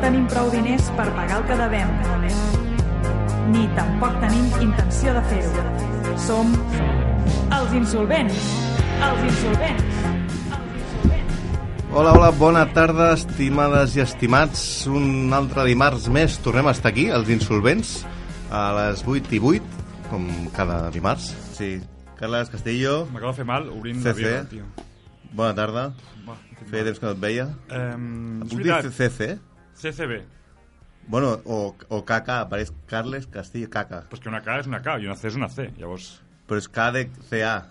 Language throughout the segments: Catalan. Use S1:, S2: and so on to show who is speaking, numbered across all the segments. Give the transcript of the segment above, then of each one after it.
S1: tenim prou diners per pagar el que devem, ni tampoc tenim intenció de fer-ho. Som els insolvents. Els insolvents. Els insolvents.
S2: Hola, hola, bona tarda, estimades i estimats. Un altre dimarts més tornem a estar aquí, els Insolvents, a les 8 i 8, com cada dimarts. Sí, Carles Castillo,
S3: M'acaba de fer mal obrint
S2: CC.
S3: la vida, tio.
S2: bona tarda.
S3: Va, estic
S2: Feia
S3: mal.
S2: temps que no et veia.
S3: Em, és
S2: Puc dir
S3: veritat,
S2: CC?
S3: CCB.
S2: eh? Bueno, o, o KK, apareix Carles Castillo KK.
S3: Pues que una K és una K i una C és una C. Llavors...
S2: Però és KDCA.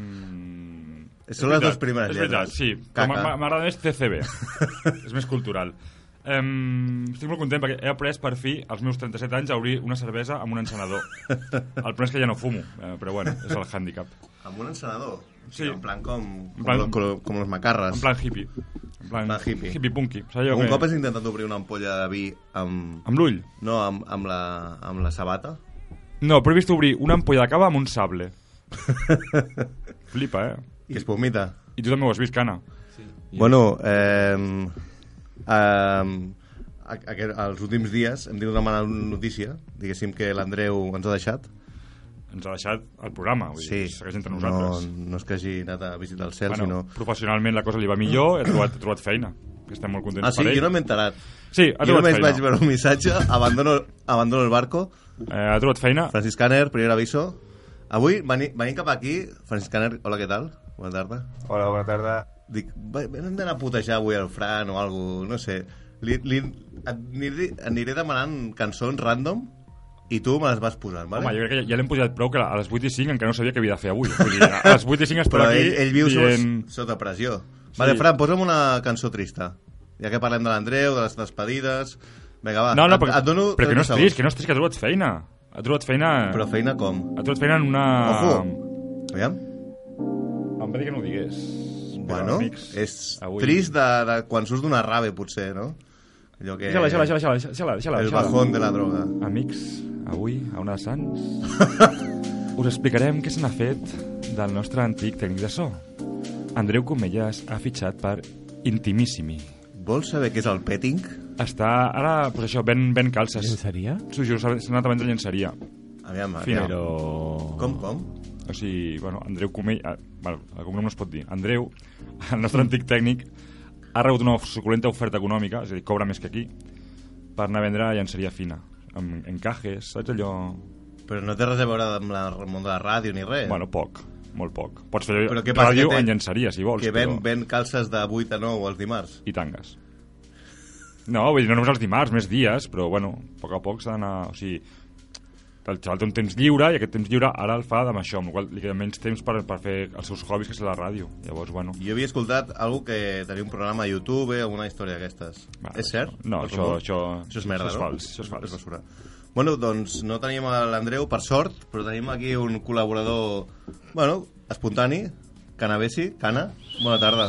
S3: Mm, és
S2: Són les
S3: veritat,
S2: dues primeres
S3: És veritat,
S2: lletres.
S3: sí.
S2: Caca.
S3: Però m'a- m'a- M'agrada més TCB. és més cultural. Um, estic molt content perquè he après per fi als meus 37 anys a obrir una cervesa amb un encenador. El problema és que ja no fumo, eh, però bueno, és el hàndicap.
S2: Amb un encenador.
S3: Sí.
S2: En plan com, com,
S3: plan-
S2: lo- com, com los macarres.
S3: En plan hippie. En plan,
S2: plan hippie.
S3: hippie punky. Saps allò
S2: Un
S3: que-
S2: cop has intentat obrir una ampolla de vi amb...
S3: Amb l'ull?
S2: No, amb, amb, la, amb la sabata.
S3: No, però he vist obrir una ampolla de cava amb un sable. Flipa, eh?
S2: I es vomita.
S3: I tu també ho has vist, Cana.
S2: Bueno, eh, eh, aquest, els últims dies hem tingut una mala notícia, diguéssim que l'Andreu ens ha deixat.
S3: Ens ha deixat el programa, vull dir, segueix entre nosaltres.
S2: No, no és que hagi anat a visitar el cel,
S3: bueno,
S2: bueno, sinó...
S3: professionalment la cosa li va millor, ha trobat, ha trobat feina. que Estem molt contents
S2: Ah, sí?
S3: per ell.
S2: Jo no m'he enterat.
S3: Sí, ha
S2: Jo
S3: trobat
S2: només
S3: feina.
S2: vaig veure un missatge, abandono, abandono el barco,
S3: Eh, ha trobat feina.
S2: Francis Caner, primer aviso. Avui veni, venim cap aquí, Francis Caner, hola, què tal? Bona tarda.
S4: Hola, bona tarda.
S2: Dic, "Va- hem d'anar a putejar avui el Fran o algo, no sé. Li, li, aniré, aniré demanant cançons random i tu me les vas posant, vale?
S3: Home, jo crec que ja, ja l'hem pujat prou que a les 8 i 5 encara no sabia què havia de fer avui. Vull dir, a les 8 i 5
S2: Però
S3: estava aquí
S2: ell, ell viu
S3: dient...
S2: dient... sota pressió. Vale, Fran, posa'm una cançó trista. Ja que parlem de l'Andreu, de les despedides... Vinga, va,
S3: No, no,
S2: et,
S3: perquè,
S2: et dono...
S3: però que
S2: 30
S3: no és trist,
S2: segons.
S3: que no és trist, que ha trobat feina. Ha trobat feina...
S2: Però feina com?
S3: Ha trobat feina en una...
S2: Ojo. Aviam.
S3: Em va dir que no ho digués. Però,
S2: Bueno,
S3: amics,
S2: és trist de, de quan surts d'una rave, potser, no? Allò que...
S3: Deixa-la, deixa-la, deixa-la, deixa-la, deixa-la.
S2: El
S3: deixa-la.
S2: bajón de la droga.
S3: Amics, avui, a una de Sants, us explicarem què se n'ha fet del nostre antic tècnic de so. Andreu Comelles ha fitxat per Intimissimi.
S2: Vols saber què és el petting?
S3: Està ara, doncs això, ben, ben calces.
S4: Llençaria?
S3: S'ho juro, s'ha s'ha anat a vendre llenceria.
S2: Aviam, aviam.
S3: Fina.
S4: Però...
S2: Com, com?
S3: O sigui, bueno, Andreu Comell... Ah, bueno, el cognom no es pot dir. Andreu, el nostre antic tècnic, ha rebut una suculenta oferta econòmica, és a dir, cobra més que aquí, per anar a vendre llenceria fina, amb encajes, saps allò...
S2: Però no té res a veure amb la, el món de la ràdio ni res.
S3: Bueno, poc, molt poc. Pots fer
S2: Eh. Però
S3: però
S2: què passa,
S3: ràdio
S2: que té-
S3: en llençaria, si vols,
S2: que ven,
S3: però...
S2: ven calces de 8 a 9 els dimarts.
S3: i tangues. No, vull dir, no només els dimarts, més dies, però, bueno, a poc a poc s'ha d'anar... O sigui, el xaval té un temps lliure i aquest temps llibre ara el fa amb això, amb la qual cosa li queda menys temps per, per fer els seus hobbies, que és la ràdio. Llavors, bueno...
S2: Jo havia escoltat algú que tenia un programa a YouTube o una història d'aquestes.
S3: Va,
S2: és cert?
S3: no,
S2: El
S3: això-
S2: rumor?
S3: això-
S2: això és merda,
S3: això és
S2: no?
S3: fals, això és fals.
S2: basura. Bueno, doncs no teníem a l'Andreu, per sort, però tenim aquí un col·laborador, bueno, espontani, Canavesi, Cana, bona tarda.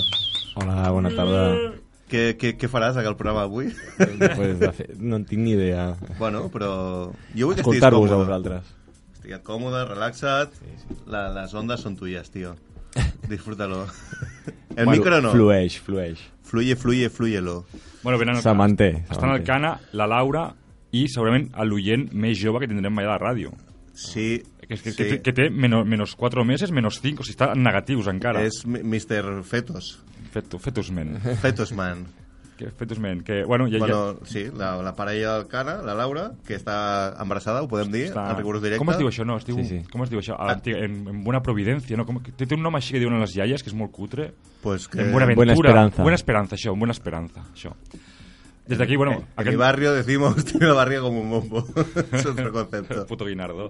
S4: Hola, bona tarda.
S2: Mm. Què, què, què faràs aquí al programa avui?
S4: pues, de fet, no en tinc ni idea.
S2: bueno, però jo vull que estiguis
S4: Escoltar-vos a
S2: còmode.
S4: vosaltres.
S2: Estigues còmode, relaxa't, La, les ondes són tuyes, tio. Disfruta-lo. El micro no.
S4: Flueix, flueix.
S2: Fluye, fluye, fluye-lo.
S3: Bueno, venen...
S4: Se manté, se
S3: Estan el
S4: manté.
S3: Cana, la Laura i segurament l'oient més jove que tindrem mai a la ràdio.
S2: Sí,
S3: Eh, Que, que,
S2: sí.
S3: que, té- que té menos, menos 4 meses, menos 5, o sigui, està en negatius encara.
S2: És mi- Mr. Fetos.
S3: Fetu, fetus men.
S2: Fetos Man.
S3: Que, fetus men. Que, bueno, ja, ja,
S2: bueno, sí, la, la parella del Cana, la Laura, que està embarassada, ho podem dir,
S3: Està-
S2: en rigorós directe.
S3: Com es diu això? No, es diu,
S4: Sí, sí.
S3: Com es diu això? Ah, tio, En, en Buena Providencia, no? Com, té, té un nom així que diuen les iaies, que és molt cutre.
S2: Pues que...
S3: En Buena Aventura.
S4: Buena Esperanza.
S3: Buena Esperanza, això, en Buena Esperanza, això. Des d'aquí, bueno...
S2: En mi barrio decimos, tiene la barriga como un bombo. es otro concepto.
S3: Puto Guinardó.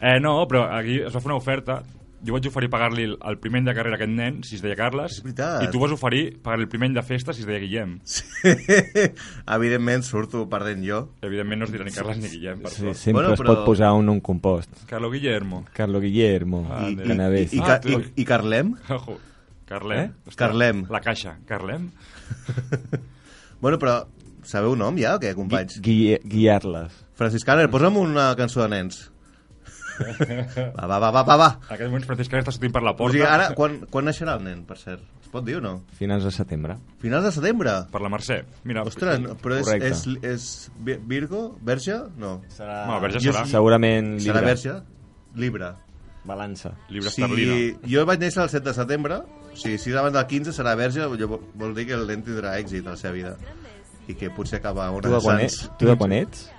S3: Eh, no, però aquí es va fer una oferta jo vaig oferir pagar-li el, el primer any de carrera a aquest nen, si es deia Carles,
S2: És veritat.
S3: i tu vas oferir pagar-li el primer any de festa, si es deia Guillem.
S2: Sí. Evidentment, surto perdent jo.
S3: Evidentment no es dirà ni Carles ni Guillem, per
S4: Sí,
S3: sort.
S4: sempre
S2: Bueno,
S4: es
S2: però-
S4: pot posar un nom compost.
S3: Carlo Guillermo.
S4: Carlo Guillermo,
S3: Ah,
S2: I,
S3: de-
S2: i, i,
S4: Canavés.
S2: i,
S3: Ah,
S2: ca- i, i Carlem?
S3: Ojo. Carlem.
S4: Eh?
S3: Ostres,
S2: Carlem.
S3: La caixa. Carlem?
S2: Bueno, però sabeu nom ja o què,
S4: Gui-
S2: companys?
S4: Guille- Guiarles.
S2: Francis Caner, posa'm una cançó de nens. Va, va, va, va, va, va.
S3: En aquests moments Francesc Carrera està sortint per la
S2: O
S3: porta.
S2: sigui, ara, quan, quan naixerà el nen, per cert? Es pot dir o no?
S4: Finals de setembre.
S2: Finals de setembre.
S3: Per la Mercè. Mira,
S2: Ostres, no, però és,
S4: Correcte.
S2: és, és, vi- Virgo? Verge? No.
S5: Serà
S3: Bueno, Verge
S2: Jo
S3: serà.
S4: Segurament
S2: Serà
S4: llibre.
S2: verge? Libra.
S4: Balança.
S3: Llibre
S2: si
S3: esterlina.
S2: jo vaig néixer el 7 de setembre, o sigui, si davant del 15 serà verge, llavors vol dir que el nen tindrà èxit a la seva vida. I que potser acaba un
S4: Tu de
S2: any
S4: quan,
S2: sants
S4: ets? tu de quan e-. ets?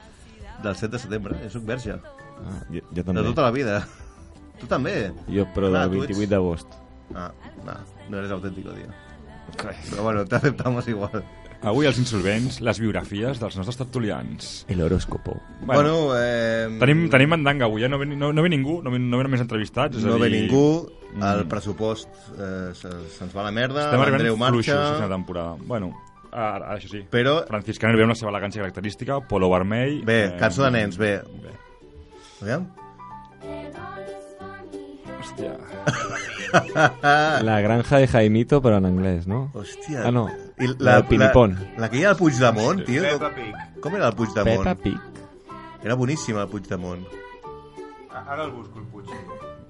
S2: del 7 de setembre. És un verge.
S4: Ah, jo, jo
S2: De
S4: també.
S2: tota la vida. Tu també.
S4: Jo, però
S2: Clar,
S4: del
S2: tu ets-
S4: 28 d'agost.
S2: Ah, no, no eres auténtico, tío. Pero bueno, te aceptamos igual.
S3: Avui els insolvents, les biografies dels nostres tertulians.
S4: El horóscopo.
S2: Bueno, eh,
S3: Tenim, tenim mandanga avui, eh? no, ve, no, no ve ningú, no ve, no venen més entrevistats. És
S2: no
S3: a
S2: ve
S3: dir,
S2: ningú, el
S4: Mm.
S2: pressupost eh, se- se'ns va a la merda,
S3: Estem arribant
S2: l'Andreu
S3: fluixos aquesta
S2: marxa...
S3: temporada. Bueno, ara, ara, això sí.
S2: Però,
S3: Francisc Caner ve amb la seva elegància característica, polo vermell... eh,
S2: bé,
S4: Eh,
S2: cançó
S4: mm.
S2: de nens, bé. Aviam.
S3: Hòstia.
S2: Ah.
S4: La granja de Jaimito, però en anglès, no?
S2: Hòstia.
S4: Ah, no.
S2: I
S4: La del Pinipon.
S2: La, la que hi ha al Puigdemont, tio.
S5: Peppa
S2: Com,
S5: Pig.
S2: com era el Puigdemont?
S4: Peppa Pig.
S2: Era boníssima, el Puigdemont.
S5: A- Ara el busco, el Puig.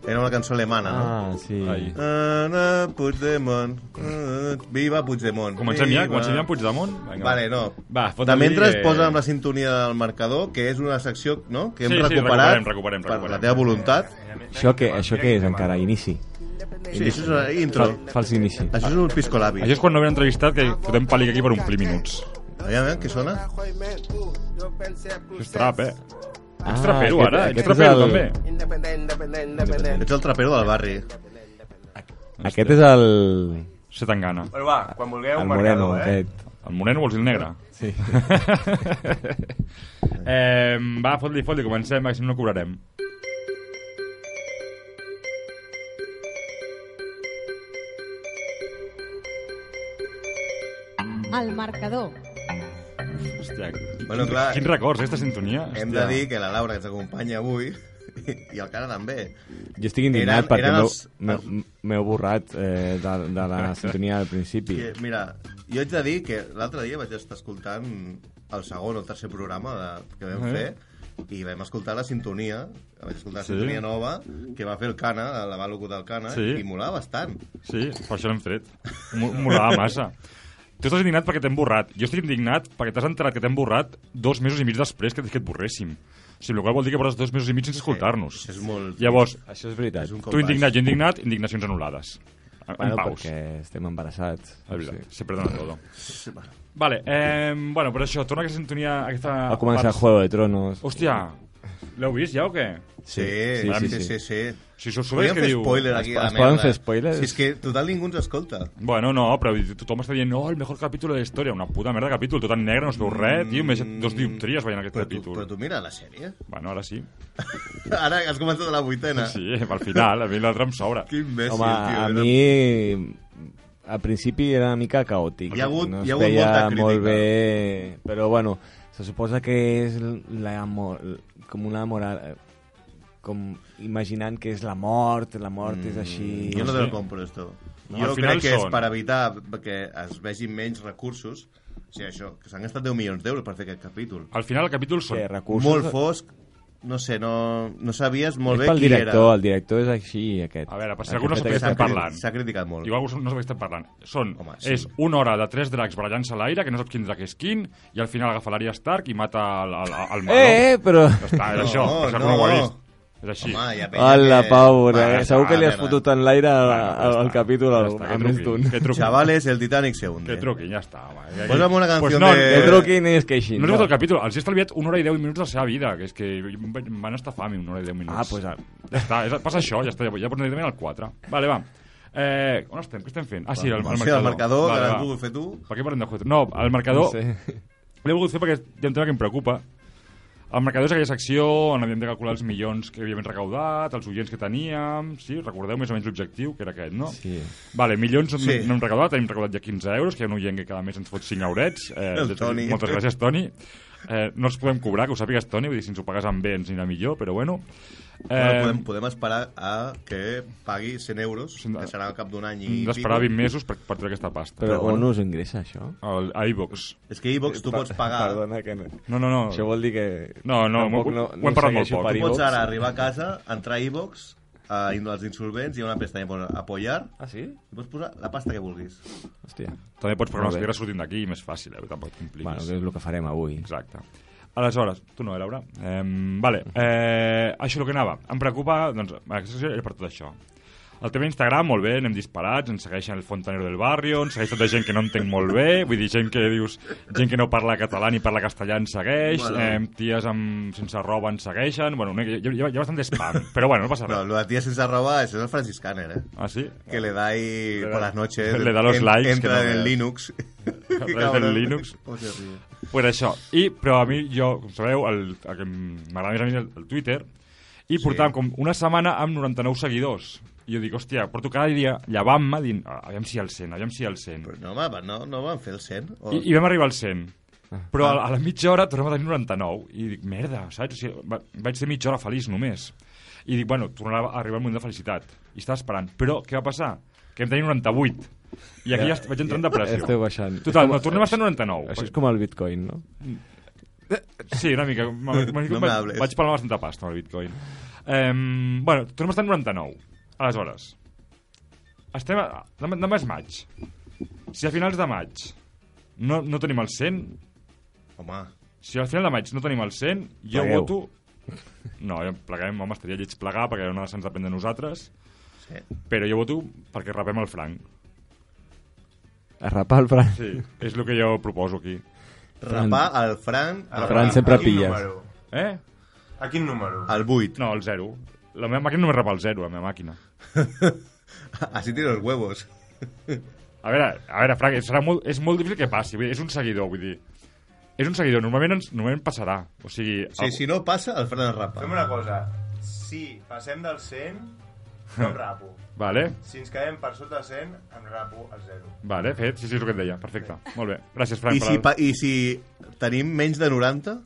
S2: Era una cançó alemana, no?
S4: Ah, sí.
S3: Ai.
S2: Ah, no, Puigdemont. Ah, Viva Puigdemont.
S3: Comencem ja,
S2: Viva.
S3: comencem ja amb Puigdemont. Vinga.
S2: Vale, no.
S3: Va,
S2: de
S3: fotem-li,
S2: mentre es
S3: eh,
S2: posa amb la sintonia del marcador, que és una secció no? que hem
S3: Sí, sí,
S2: recuperat
S3: recuperem, recuperem,
S2: per
S3: recuperem.
S2: la teva voluntat.
S4: Això què, això què és encara? Inici.
S2: Sí, això és una intro.
S4: Fal, fals inici.
S2: Això és un piscolabi.
S3: Això és quan no ve entrevistat, que fotem pàl·lic aquí per omplir minuts.
S2: Aviam, eh, què sona?
S3: Això és trap, eh?
S4: Ah,
S3: Ets trapero, ara?
S4: aquest-
S3: Ets
S4: aquest és
S3: trapero,
S4: el-
S3: també?
S6: Independent, independent, independent.
S2: Ets el trapero del barri.
S4: Aquest és el...
S3: Se t'engana.
S5: Bueno, va, quan vulgueu,
S4: El moreno,
S5: marcador, eh?
S4: aquest.
S3: El moreno vols dir el negre?
S4: Sí.
S3: eh, va, fot-li, fot-li, comencem, perquè si no no cobrarem.
S7: El marcador.
S3: Hòstia,
S2: Bueno,
S3: quin-
S2: clar.
S3: quins records, eh, aquesta sintonia.
S2: Hem
S3: Hòstia.
S2: de dir que la Laura, que ens acompanya avui, i el cara també,
S4: Jo estic indignat
S2: Eren-
S4: perquè
S2: eren
S4: m'heu-
S2: els-
S4: m'heu m'heu borrat eh, de, de la sintonia del principi.
S2: que, mira, jo haig de dir que l'altre dia vaig estar escoltant el segon o el tercer programa de, que vam
S3: Eh.
S2: fer i vam escoltar la sintonia, vaig escoltar la
S3: Sí.
S2: sintonia nova, que va fer el Cana, la va locutar el Cana,
S3: Sí.
S2: i molava bastant.
S3: Sí, per això l'hem tret. Mo- Molava massa. Tu estàs indignat perquè t'hem borrat. Jo estic indignat perquè t'has enterat que t'hem borrat dos mesos i mig després que, que et borréssim. O sigui, el qual vol dir que portes dos mesos i mig sense escoltar-nos.
S2: Eh, Això és molt...
S3: Llavors,
S4: Això és veritat.
S2: És un
S3: tu indignat, jo indignat, indignacions anul·lades. En, en
S4: Bueno,
S3: paus.
S4: perquè estem embarassats.
S3: És veritat, Se perdona todo. Vale, eh, bueno, però això, torna aquesta sintonia... Aquesta
S4: Va començar el
S3: part-
S4: Juego de Tronos.
S3: Hòstia, l'heu vist ja o què?
S2: Sí,
S4: sí,
S2: sí,
S4: sí,
S2: sí, sí, sí,
S4: sí.
S2: sí.
S3: Si us ho sabeu,
S2: Podríem
S3: que
S2: fer
S3: diu...
S2: spoiler aquí
S4: Es-
S2: a la
S4: es poden
S2: merda.
S4: fer spoilers?
S2: Si és que total ningú ens escolta.
S3: Bueno, no, però tothom està dient, oh, el millor capítol de la història, una puta merda de capítol, tot en negre, no es veu res, tio, més dos dioptries veient aquest
S2: Però tu,
S3: capítol.
S2: però tu mira la sèrie.
S3: Bueno, ara sí.
S2: Ara has començat la vuitena.
S3: Sí, al final, a mi l'altre em sobra.
S2: Que imbècil,
S4: Home,
S2: tio. eh?
S4: a
S2: Era-
S4: mi al principi era una mica caòtic.
S2: Hi ha hagut-
S4: no
S2: hi ha
S4: es
S2: hagut
S4: veia
S2: molta crítica.
S4: molt bé, però bueno, se suposa que és la, mo- com una moral... eh, com imaginant que és la mort, la mort és així...
S2: Mm, Jo no te
S3: sé.
S2: lo compro, esto.
S3: No, al
S2: jo
S3: final
S2: crec que és
S3: són.
S2: per evitar que es vegin menys recursos. O sigui, això, que s'han gastat 10 milions d'euros per fer aquest capítol.
S3: Al final el capítol són...
S4: Té recursos...
S2: Molt fosc, no sé, no, no sabies molt
S4: és
S2: bé
S4: pel
S2: qui
S4: director,
S2: era.
S4: el director és així, aquest.
S3: A veure, per si
S4: Aquest
S3: algú no
S4: fet
S3: s'ho
S4: aquest
S3: pensa,
S4: capítol.
S3: parlant.
S2: S'ha criticat molt.
S3: Igual no sabeu què estem parlant. Són, Home,
S2: Home,
S3: sí.
S2: sí.
S3: És una hora de tres dracs barallant-se a l'aire, que no saps quin drac és quin, i al final agafa l'Ària Stark i mata el, el, el Maló.
S4: Eh, eh, però...
S3: Ja Està, és
S2: No,
S3: això, per si algú no ho ha
S2: no.
S3: vist. És així.
S2: Home, hi ha penya
S4: Hola,
S2: que-
S4: Pau,
S2: Va,
S4: eh? segur que li
S2: va,
S4: has
S2: va, va.
S4: fotut en l'aire
S3: Bueno, ja
S4: Ah, el
S3: està.
S4: capítol a,
S3: Ja està,
S4: a
S3: que
S4: més
S3: truquin,
S4: d'un.
S3: Que truquin,
S2: Chavales, el Titanic se hunde.
S3: que truquin, ja està. Home. Ja-
S2: Posa'm una canció
S3: pues no,
S2: de-
S4: Que
S2: Eh,
S4: truquin i es queixin.
S3: No has vist el capítol, els he estalviat una hora i deu minuts de la seva vida, que és que em va- em van estafar a mi una hora i deu minuts.
S4: Ah, pues, ah.
S3: Ja està, és, passa això, ja està, ja, ja pots anar directament al 4. Vale, va. Eh, on estem? Què estem fent? Ah, sí, el, el
S2: Va,
S3: marcador.
S2: sí, el marcador, que
S3: Vale,
S2: l'has
S3: va.
S2: pogut fer tu.
S3: Per què parlem de Juego? No, el marcador...
S4: No sé.
S3: L'he volgut fer perquè hi ha un tema que em preocupa. El marcador és aquella secció on havíem de calcular els milions que havíem recaudat, els oients que teníem... Sí, recordeu més o menys l'objectiu, que era aquest, no?
S4: Sí.
S3: Vale, milions no,
S2: Sí.
S3: no hem recaudat, hem recaudat ja 15 euros, que hi ha un oient que cada mes ens fot 5 eurets. Eh,
S2: El Toni.
S3: Moltes gràcies, Toni. Eh, no els podem cobrar, que ho sàpigues, Toni, vull dir, si ens ho pagues amb béns anirà millor, però bueno. Eh,
S2: Bueno, podem, podem esperar a que pagui 100 euros,
S3: Sí, no.
S2: que serà al cap d'un any i
S3: Hem d'esperar
S2: pico.
S3: 20 mesos per, per treure aquesta pasta.
S4: Però,
S2: Però
S4: on
S2: bueno.
S4: us ingressa, això?
S3: El a iVox.
S2: És que iVox tu pots pagar...
S4: Perdona, que no.
S3: No, no, no.
S4: Això vol dir que...
S3: No, no,
S4: tampoc
S3: ho- ho hem parlat molt
S4: segueixo
S3: poc.
S4: per
S2: Tu pots
S4: iVox.
S2: ara arribar a casa, entrar a iVox, a Índole als Insolvents, hi ha una pestanya que posa apoyar,
S4: Ah, sí?
S2: i pots posar la pasta que vulguis.
S4: Hòstia.
S3: També pots pagar
S4: Molt
S3: unes
S4: bé.
S3: birres sortint d'aquí, més fàcil, eh? tampoc et compliquis.
S4: Bueno, que és el que farem avui.
S3: Exacte. Aleshores, tu no, eh, Laura? Eh, vale, eh, això és el que anava. Em preocupa, doncs, aquesta sessió era per tot això. El tema Instagram, molt bé, anem disparats, ens segueixen el fontanero del barrio, ens segueix tota gent que no entenc molt bé, vull dir, gent que dius, gent que no parla català ni parla castellà ens segueix,
S2: Bueno.
S3: eh, ties amb, sense roba ens segueixen, bueno, una- hi ha, hi ha hi ha bastant spam, però bueno, no passa
S2: No,
S3: res.
S2: lo de tía sense roba, eso es el Francis Canner, ¿eh?
S3: Ah, sí?
S2: Que le da ahí por las noches.
S3: Le da los likes
S2: Entra
S3: que no
S2: en el
S3: veas.
S2: Linux.
S3: través del
S2: Cabrón.
S3: Linux.
S2: ¿Cómo se ríe?
S3: Pues això. I, però a mi, jo, com sabeu, el, el que m'agrada més a mi és el, el Twitter, i
S2: Sí.
S3: portàvem com una setmana amb 99 seguidors. I jo dic, hòstia, porto cada dia llevant-me dient, "Ah, aviam si al 100, aviam si al 100.
S2: Pues no, va, no, no van fer el 100. O...
S3: I, I vam arribar al 100.
S4: Ah.
S3: Però a, a la mitja hora tornem a tenir 99. I dic, merda, saps? O sigui, va, vaig ser mitja hora feliç només. I dic, bueno, tornarà a arribar el moment de felicitat. I estava esperant. Però què va passar? Que vam tenir 98. I aquí ja, vaig entrar en depressió.
S4: Esteu baixant.
S3: Total,
S4: És com-
S3: no, tornem a estar a 99.
S4: Això és com el bitcoin, no?
S3: Sí, una mica. M- m-
S2: No me hables.
S3: vaig parlar bastanta pasta amb el bitcoin. Um, bueno, tornem a estar en 99. Aleshores, estem a, demà, demà és maig. Si a finals de maig no, no tenim el 100,
S2: Home,
S3: si al final de maig no tenim el 100, jo
S4: Plegueu.
S3: voto... No, ja pleguem, home, estaria lleig plegar perquè no se'ns depèn de nosaltres,
S2: sí.
S3: però jo voto perquè rapem el franc.
S4: A rapar el Fran.
S3: Sí, és el que jo proposo aquí.
S2: Rapar al Fran,
S5: A
S2: al,
S4: Fran
S5: veure,
S4: sempre
S5: a quin
S4: pilles.
S5: número?
S3: Eh?
S5: A quin número?
S2: al 8.
S3: No, el 0. La meva màquina només rapa el 0, la meva màquina.
S2: Así tiene los huevos.
S3: A veure, a veure Frank, serà molt, és molt difícil que passi. Vull dir, és un seguidor, vull dir... És un seguidor, normalment, ens, normalment passarà. O sigui...
S2: Sí, si no passa, el Fran el rapa.
S5: Fem una cosa. Si passem del 100, no em rapo.
S3: Vale,
S5: Si ens quedem per sota de 100, em rapo al 0.
S3: vale, fet. Sí, sí, és el que et deia. Perfecte. Molt bé. Gràcies, Frank.
S2: I si, pa I si tenim menys de 90,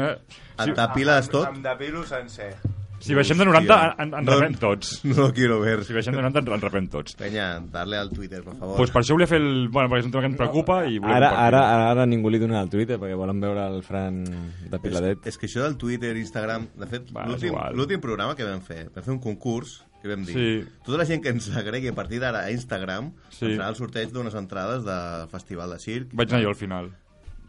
S2: et
S3: si,
S2: tapiles tot?
S5: Em, em depilo sencer.
S3: si baixem de 90, en, en
S2: No.
S3: repem tots.
S2: No lo quiero ver.
S3: Si baixem de 90, en, en repem tots.
S2: Peña, darle al Twitter, por favor.
S3: Doncs pues per això volia fer el... Bueno, perquè és un tema que ens preocupa i volia
S4: Ara,
S3: compartir-ho.
S4: ara, ara, ara ningú li dona el Twitter perquè volen veure el Fran de Piladet.
S2: És, és que això del Twitter, Instagram... De fet,
S3: Va, és
S2: l'últim
S3: igual.
S2: l'últim programa que vam fer, vam fer un concurs i vam dir,
S3: Sí.
S2: tota la gent que ens agregui a partir d'ara a Instagram
S3: Sí.
S2: sí. entrarà al sorteig d'unes entrades del Festival de Circ.
S3: Vaig anar jo al final.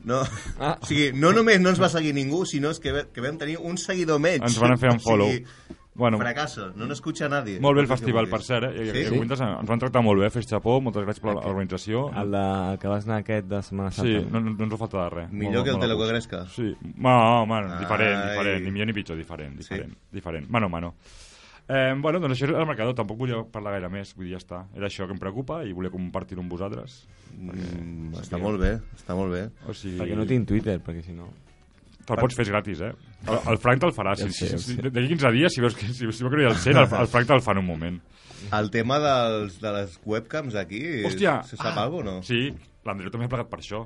S2: No, ah.
S4: Ah.
S2: O sigui, no només no ens va seguir ningú, sinó és que, ve- que vam tenir un seguidor menys.
S3: Ens van fer un follow.
S2: O sigui,
S3: Bueno,
S2: fracasso, no n'escucha nadie.
S3: molt bé el
S2: No sé què
S3: festival,
S2: vol
S3: per
S2: dir.
S3: cert. Eh?
S2: Sí?
S3: Sí? Ens ens van tractar molt bé, fes xapó, moltes gràcies per l'organització.
S4: El, de, el que vas anar aquest de Setmana Santa.
S3: Sí, no, no, no ens ho falta de res.
S2: Millor que el Te lo que crezca.
S3: Sí, no, bueno,
S2: Ai.
S3: diferent, diferent, ni millor ni pitjor, diferent, diferent, diferent, mano a mano. Eh, bueno, doncs això és el marcador, tampoc volia parlar gaire més, vull dir, ja està. Era això que em preocupa i volia compartir-ho amb vosaltres.
S2: Mm, està molt bé, està molt bé.
S3: O sigui,
S4: Perquè no tinc Twitter, perquè si no...
S3: Te'l pots fer gratis, eh? El, el Frank te'l farà, si,
S4: Ja ho sé,
S3: si,
S4: ja ho
S3: si,
S4: sé.
S3: d'aquí 15 dies, si veus que, si, si veu que no hi ha el 100, el, el Frank te'l fa en un moment.
S2: El tema dels, de les webcams aquí,
S3: Hòstia!
S2: se sap ah. alguna o no?
S3: Sí, l'Andreu també ha plegat per això,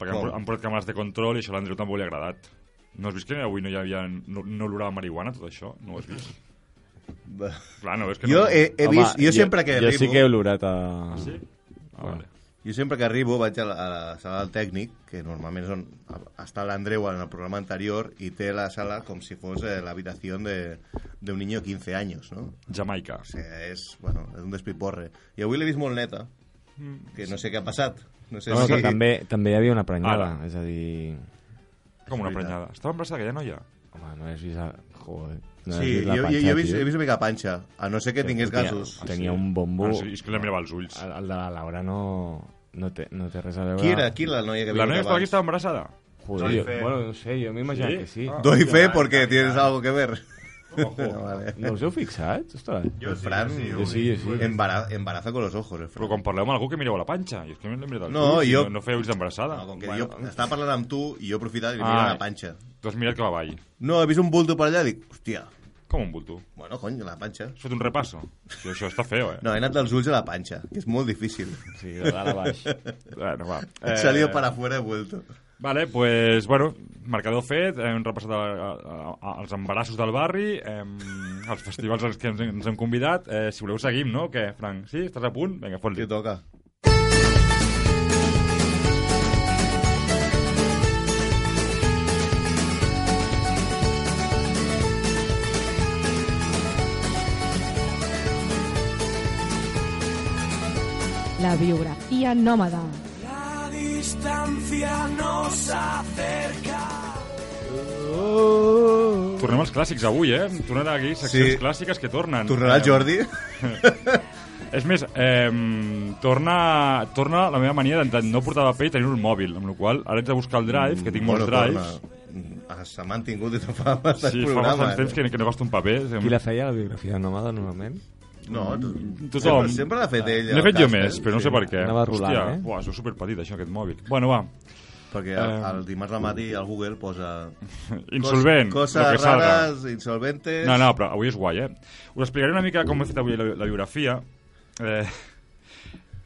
S3: perquè
S2: Com?
S3: han, han posat càmeres de control i això a l'Andreu també li ha agradat. No has vist que avui no hi havia... No, no olorava marihuana, tot això? No ho has vist?
S2: Va.
S3: Clar, no, és que
S2: Jo eh,
S3: no...
S2: he, he vist, jo, sempre que
S4: Jo
S2: arribo,
S4: sí que he olorat a...
S3: Sí? Ah, vale.
S2: jo sempre que arribo vaig a la, a la sala del tècnic, que normalment és on a- està l'Andreu en el programa anterior, i té la sala com si fos eh, l'habitació de, de un niño de 15 anys, no?
S3: Jamaica.
S2: O sigui, és, bueno, és un despiporre. I avui l'he vist molt neta,
S3: Mm.
S2: que no sé què ha passat. No sé
S4: No, no,
S2: si...
S4: que també, també hi havia una prenyada,
S3: Ara.
S4: és a dir...
S3: Com una
S2: És veritat.
S3: prenyada. Estava embarassada aquella noia?
S4: Home, no has vist... El... Joder, no has
S2: Sí,
S4: vist la
S2: jo, jo,
S4: panxa,
S2: jo he, vist,
S4: tio.
S2: he vist mica panxa, a no ser que tingués gasos.
S4: Tenia un bombo...
S3: Ah, sí, és que la mirava als ulls.
S4: El, el de la Laura no, no, té, no té res a veure...
S2: Qui era? Qui era la noia que
S3: La
S2: havia
S3: noia
S2: mica
S3: que estava aquí
S2: abans?
S3: estava embarassada?
S4: Joder,
S5: Doy
S4: jo,
S5: fe.
S4: bueno, no sé, jo m'imagino
S3: Sí?
S4: que sí.
S3: Ah.
S2: Doy fe porque tienes algo que ver.
S3: Ojo.
S2: Vale.
S4: No us heu fixat? Ostres.
S5: Jo sí,
S2: Fran,
S5: jo sí,
S4: Jo sí, jo sí.
S2: Embara- Embaraza con los ojos, el Fran.
S3: Però quan parleu amb algú que mireu a la panxa. Jo és que l'he mirat als
S2: No,
S3: ulls i
S2: jo-
S3: no, no feia ulls d'embarassada.
S2: No, com que bueno. jo estava parlant amb tu i jo he aprofitat i li
S3: Ah.
S2: ah. la panxa.
S3: Tu has mirat cap avall.
S2: No, he vist un bulto per allà i dic, hòstia,
S3: Com un bulto.
S2: bueno, cony, la panxa.
S3: Has fet un repasso. Això, això està feo, eh?
S2: No, he anat dels ulls a la panxa, que és molt difícil.
S4: Sí, de dalt a baix.
S3: Bueno, va. Eh,
S2: He salido para afuera y he vuelto.
S3: Vale, pues, bueno, marcador fet, hem repassat el, el, els embarassos del barri, hem, els festivals als que ens, ens hem convidat. Eh, si voleu seguim, no? Què, Frank? Sí? Estàs a punt? Vinga,
S2: Què
S3: fot-li.
S2: toca?
S6: La biografía nómada.
S3: Tornem als clàssics avui, eh? Tornem aquí, seccions
S2: Sí.
S3: clàssiques que tornen.
S2: Tornarà el
S3: Em,
S2: Jordi?
S3: És més, eh, torna, torna la meva mania de, de no portar paper i tenir un mòbil, amb la qual cosa ara haig de buscar el drive, que tinc molts drives.
S2: torna. Ah, Se m'han tingut des de fa bastant
S3: Sí, fa
S2: programa. eh.
S3: bastant temps que, que no gasto un paper.
S4: Qui la feia, la biografia nòmada, normalment?
S2: No, tu...
S3: Tothom.
S2: Sempre, sempre l'ha fet ell. eh.
S3: L'he
S2: el
S3: fet jo
S2: Casper,
S3: més, però no sé per què.
S4: Anava rulant, eh?
S3: Buah, és superpetit, això, aquest mòbil. Bueno, va.
S2: Perquè el,
S3: Eh.
S2: el dimarts al matí el Google posa...
S3: Insolvent,
S2: Cos,
S3: lo
S2: coses
S3: que salga.
S2: rares, insolventes...
S3: No, no, però avui és guai, eh? Us explicaré una mica com he fet avui la, la biografia. Eh,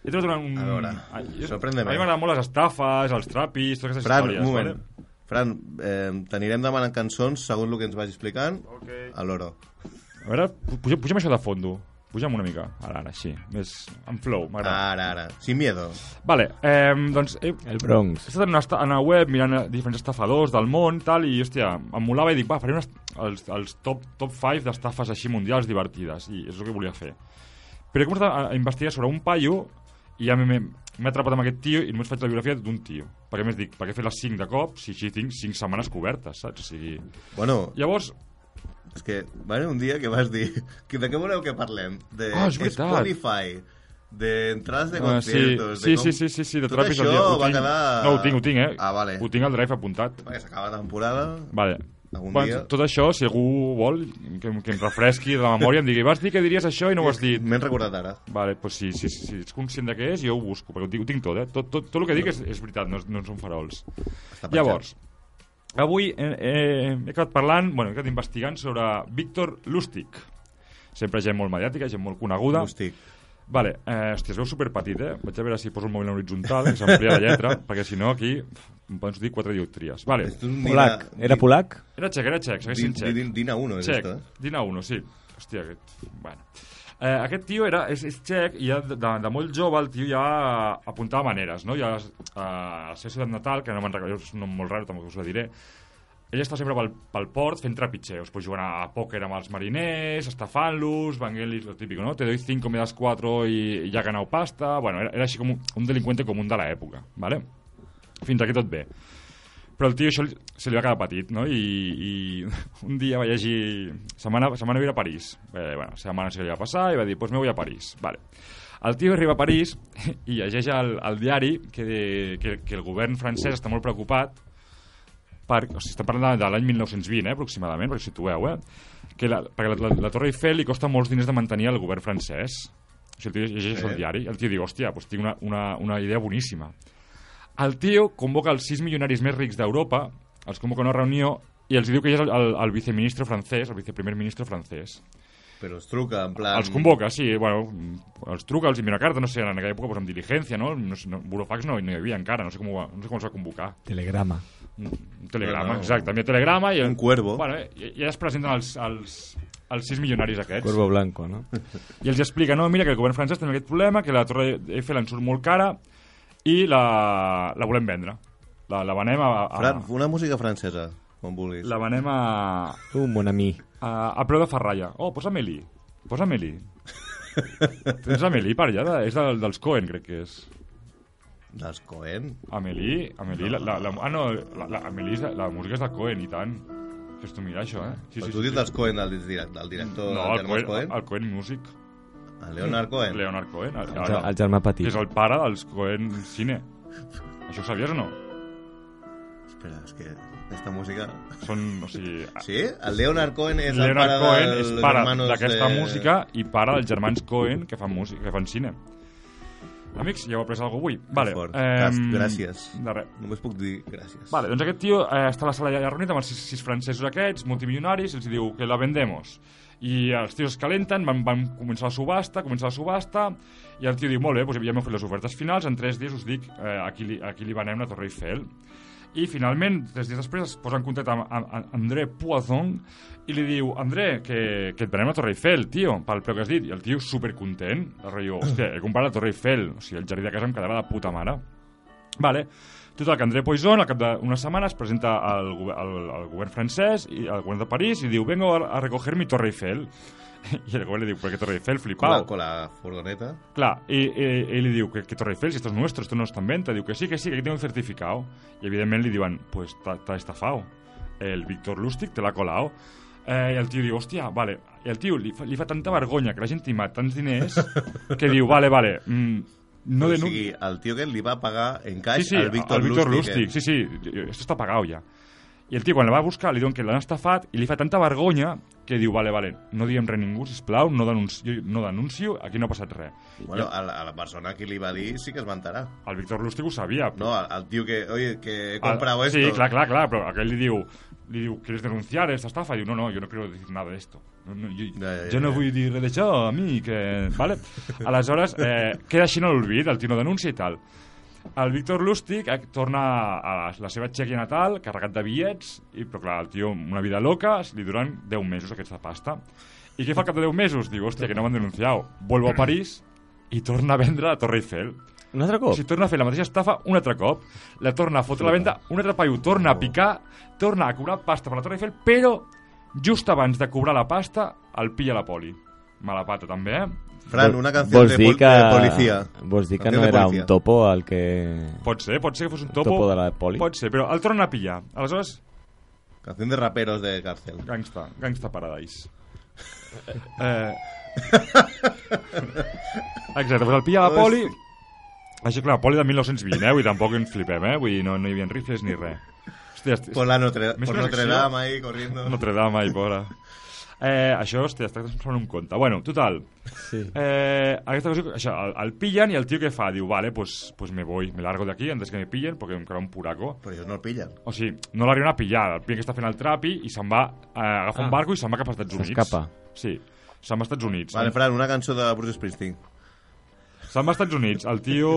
S3: he trobat una... Un...
S2: A veure,
S3: Ah, jo-
S2: sorprèn-me.
S3: A mi m'agraden molt les estafes, els trapis, totes aquestes
S2: Fran,
S3: històries.
S2: un moment.
S3: Vale?
S2: Fran, eh, t'anirem demanant cançons segons el que ens vagis explicant okay. a l'oro.
S3: A veure, pu- puja, puja'm això de fondo. Puja'm una mica. Ara, ara, així. Més en flow, m'agrada.
S2: Ara, ara. Sin miedo.
S3: Ah. Vale, eh, doncs... Eh,
S4: El Bronx.
S3: he estat en una, esta- en una web mirant eh, diferents estafadors del món tal, i hòstia, em molava i dic, va, faré unes, els, els top, top 5 d'estafes així mundials divertides, i és el que volia fer. Però he començat a, a investigar sobre un paio i ja m'he- m'he m'he atrapat amb aquest tio i només faig la biografia d'un tio. Perquè a més dic, perquè fer les 5 de cop si així tinc 5 setmanes cobertes, saps? O sigui...
S2: Bueno,
S3: Llavors,
S2: és que va haver un dia que vas dir que de què voleu que parlem? De
S3: Ah, és veritat.
S2: Spotify, d'entrades de
S3: Ah,
S2: conciertos...
S3: sí,
S2: de
S3: sí, sí, sí, sí, de
S2: Tot
S3: trapis
S2: això
S3: al dia. Ho
S2: va
S3: tinc.
S2: quedar...
S3: No, ho tinc, ho tinc, eh?
S2: Ah, vale.
S3: Ho tinc al drive apuntat.
S2: Perquè s'acaba la temporada...
S3: Vale.
S2: Algun
S3: Bueno,
S2: dia.
S3: Tot això, si algú vol, que, em- que em refresqui de la memòria, em digui, vas dir que diries això i no ho has dit.
S2: M'he recordat ara.
S3: Vale, doncs pues si, si, si ets conscient de què és, jo ho busco, perquè ho tinc, ho tinc tot, eh? Tot, tot, tot el que dic és, és veritat, no, és- no són farols.
S2: Està
S3: Llavors, avui eh, eh, he acabat parlant, bueno, he acabat investigant sobre Víctor Lustig. Sempre gent molt mediàtica, gent molt coneguda.
S2: Hosti,
S3: Vale, eh, hòstia, es veu superpetit, eh? Vaig a veure si poso el mòbil en horitzontal, que s'amplia la lletra, perquè si no aquí em poden sortir quatre dioptries. Vale,
S2: és un
S4: Polac.
S2: Dina-
S4: Era polac?
S3: era xec, era xec, segueixin
S2: Din,
S3: xec.
S2: din, Dina 1, és
S3: Txec,
S2: esto, eh?
S3: Dina 1, sí. Hòstia, aquest... Bueno. Eh, aquest tio era, és, és txec i ja de, de, de molt jove el tio ja apuntava maneres, no? Ja eh, a la seva ciutat natal, que no me'n recordo, és un nom molt raro, tampoc us ho diré, ell estava sempre pel, pel port fent trepitxeus, pues jugant a pòquer amb els mariners, estafant-los, venguent-los, lo típico, no? Te doy 5, me das 4 i, i ja he ganado pasta... Bueno, era, era així com un, un delincuente común de l'època, ¿vale? Fins aquí tot bé. Però el tio això li, se li va quedar petit, no? I, i un dia va llegir... Se'n va, anar- se'n va anar a viure a París. Eh, bueno, la setmana se li va passar i va dir, doncs pues me voy a París. Vale. El tio arriba a París i llegeix al, al diari que, que, que el govern francès està molt preocupat per, o sigui, estem parlant de, de l'any 1920, eh, aproximadament, perquè ho situeu, eh, que la, perquè la, la, la Torre Eiffel li costa molts diners de mantenir al govern francès. O sigui, el tio llegeix
S2: Sí.
S3: el diari, i el tio diu, hòstia, doncs tinc una, una, una idea boníssima. El tio convoca els sis milionaris més rics d'Europa, els convoca a una reunió i els diu que ell és el, el, el viceministre francès, el viceprimer ministre francès.
S2: Però es truca, en plan...
S3: Els convoca, sí, bueno, els truca, els envia una carta, no sé, en aquella època, pues, amb diligència, no? no, sé, no burofax no, no hi havia encara, no sé com, ho va, no sé com es va convocar.
S4: Telegrama.
S3: Un telegrama,
S2: No, no.
S3: exacte. Envia telegrama i...
S2: Un cuervo.
S3: Bueno, eh, i, i es presenten els, els, els sis milionaris aquests.
S4: Corvo blanco, no?
S3: I els explica, no, mira, que el govern francès té aquest problema, que la Torre Eiffel ens surt molt cara i la, la volem vendre. La, la venem a... a
S2: Fran, una música francesa, quan vulguis.
S3: Ah. la venem a,
S4: Un bon ami.
S3: a, a preu de ferralla. Oh, posa-me-li. Posa-me-li. Tens Amélie per allà? De- És del, dels Cohen, crec que és.
S2: Dels Cohen?
S3: Amélie, Amélie, la, la, la, ah, no, la, la, Amélie, és de- la música és de Cohen, i tant. Fes tu mirar això, eh? Sí,
S2: Sí, tu dius dels Cohen, del, direct, del director
S3: No, el
S2: Germans
S3: Cohen,
S2: Cohen?
S3: el Cohen Music.
S2: El Leonard Cohen?
S3: Leonard Cohen. El,
S4: El,
S3: el,
S4: ge- el germà petit.
S3: que és el pare dels Cohen Cine. Això ho sabies o no?
S2: Espera, és que aquesta música...
S3: Són, o sigui...
S2: Sí? El Leonard Cohen és
S3: Leonard
S2: el pare
S3: Cohen
S2: dels
S3: és pare
S2: hermanos
S3: d'aquesta
S2: de-
S3: música i pare dels germans Cohen que fan, música, que fan cine. Amics, ja heu après alguna cosa avui? Vale,
S2: fort.
S3: ehm,
S2: Gràcies.
S3: De res.
S2: Només puc dir gràcies.
S3: Vale, doncs aquest tio eh, està a la sala allà reunit amb els sis, sis francesos aquests, multimilionaris, i els diu que la vendemos. I els tios es calenten, van, van començar la subhasta, començar la subhasta, i el tio diu, molt bé, doncs ja m'heu fet les ofertes finals, en tres dies us dic eh, a, qui li, a qui li venem la Torre Eiffel. I finalment, tres dies després, es posa en contacte amb, amb, amb André Poisson i li diu, André, que, que et venem a Torre Eiffel, tio, pel preu que has dit. I el tio, supercontent, el rotllo, hòstia, he comprat la Torre Eiffel, o sigui, el jardí de casa em quedava de puta mare. Vale. Total, que André Poisson, al cap d'una setmana, es presenta al, gover- al, al govern francès, i, al govern de París, i diu, vengo a, a recoger mi Torre Eiffel. I el govern li diu, per què Torre Eiffel,
S2: Con
S3: flipau?
S2: la, con la furgoneta.
S3: Clar, i, i, i li diu que, que Torre Eiffel, si esto es nuestro, esto no está en venta. Diu que sí, que sí, que aquí tengo el certificado. I evidentment li diuen, pues t'ha t'ha estafado. El Víctor Lustig te l'ha colado. Eh, I el tio diu, hòstia, vale. I el tio li fa, li fa tanta vergonya que la gent timat tants diners que diu, vale, vale, mm, no
S2: o
S3: denun...
S2: sigui, el tio que li va pagar en
S3: Sí,
S2: caix
S3: sí,
S2: al Víctor Lustig. eh.
S3: Sí, sí, esto está pagado ya. I el tio, quan la va buscar, li diuen que l'han estafat i li fa tanta vergonya que diu, vale, vale, no diem res a ningú, sisplau, no denuncio, no denuncio aquí no ha passat res.
S2: Bueno, a la, a la persona que li va dir sí que es vantarà.
S3: El Víctor Lustig ho sabia,
S2: No, al, al tio que, oye, que he
S3: Ah,
S2: comprado esto.
S3: sí, claro, claro, claro, pero aquel le digo, le digo, ¿quieres denunciar esta estafa? Y digo, no, no, yo no quiero decir nada de esto. No, no, jo,
S2: Ja, ja,
S3: jo no
S2: ja.
S3: vull dir res d'això, a mi, que... Vale? Aleshores, eh, queda així en l'olbit, el tio no denuncia i tal. El Víctor Lustig eh, torna a la, la seva txèquia natal, carregat de bitllets, i, però clar, el tio, amb una vida loca, li duran 10 mesos aquesta pasta. I què fa al cap de 10 mesos? Diu, hòstia, que no m'han denunciat. Vuelvo a París i torna a vendre a Torre Eiffel.
S4: Un altre
S3: O
S4: cop?
S3: sigui, torna a fer la mateixa estafa un altre cop, la torna a fotre a la venda, un altre paio torna
S4: Oh.
S3: a picar, torna a cobrar pasta per la Torre Eiffel, però just abans de cobrar la pasta el pilla la poli. Mala pata, també, eh?
S2: Fran, una canción de, pol- de policía.
S4: Vols dir que
S2: Canción
S4: no
S2: de
S4: era
S2: policía.
S4: un topo el que...
S3: Pot ser, pot ser que fos un
S4: El
S3: topo.
S4: topo de la poli.
S3: Pot ser, però el torna a pillar. Aleshores,
S2: Canción de raperos de cárcel.
S3: gangsta, gangsta paradise. Eh... Exacte, doncs el pilla la poli... Això, clar, poli de 1920, eh? Vull dir, tampoc ens flipem, eh? Vull dir, no, no hi havia rifles ni res. Hòstia, esti-
S2: Por la Notre,
S3: Més
S2: por
S3: una
S2: Notre
S3: secció.
S2: Dame ahí corriendo.
S3: Notre Dame, ai, pobra. Eh, això, hòstia, està transformant un conte. Bueno, total,
S4: Sí.
S3: eh, aquesta cosa, això, el, el pillan i el tio què fa? Diu, vale, pues, pues me voy, me largo de aquí antes que me pillen porque em quedarà un puraco.
S2: Pero ellos no lo pillan.
S3: O sigui, no l'arriben a pillar, el pillen que està fent el trapi i se'n va, eh, agafa ah. un barco i se'n va cap als Estats Units.
S4: S'escapa.
S3: Sí, se'n va als Estats Units.
S2: Vale, Fran, una canción de Bruce Springsteen.
S3: Se'n va als Estats Units. El tio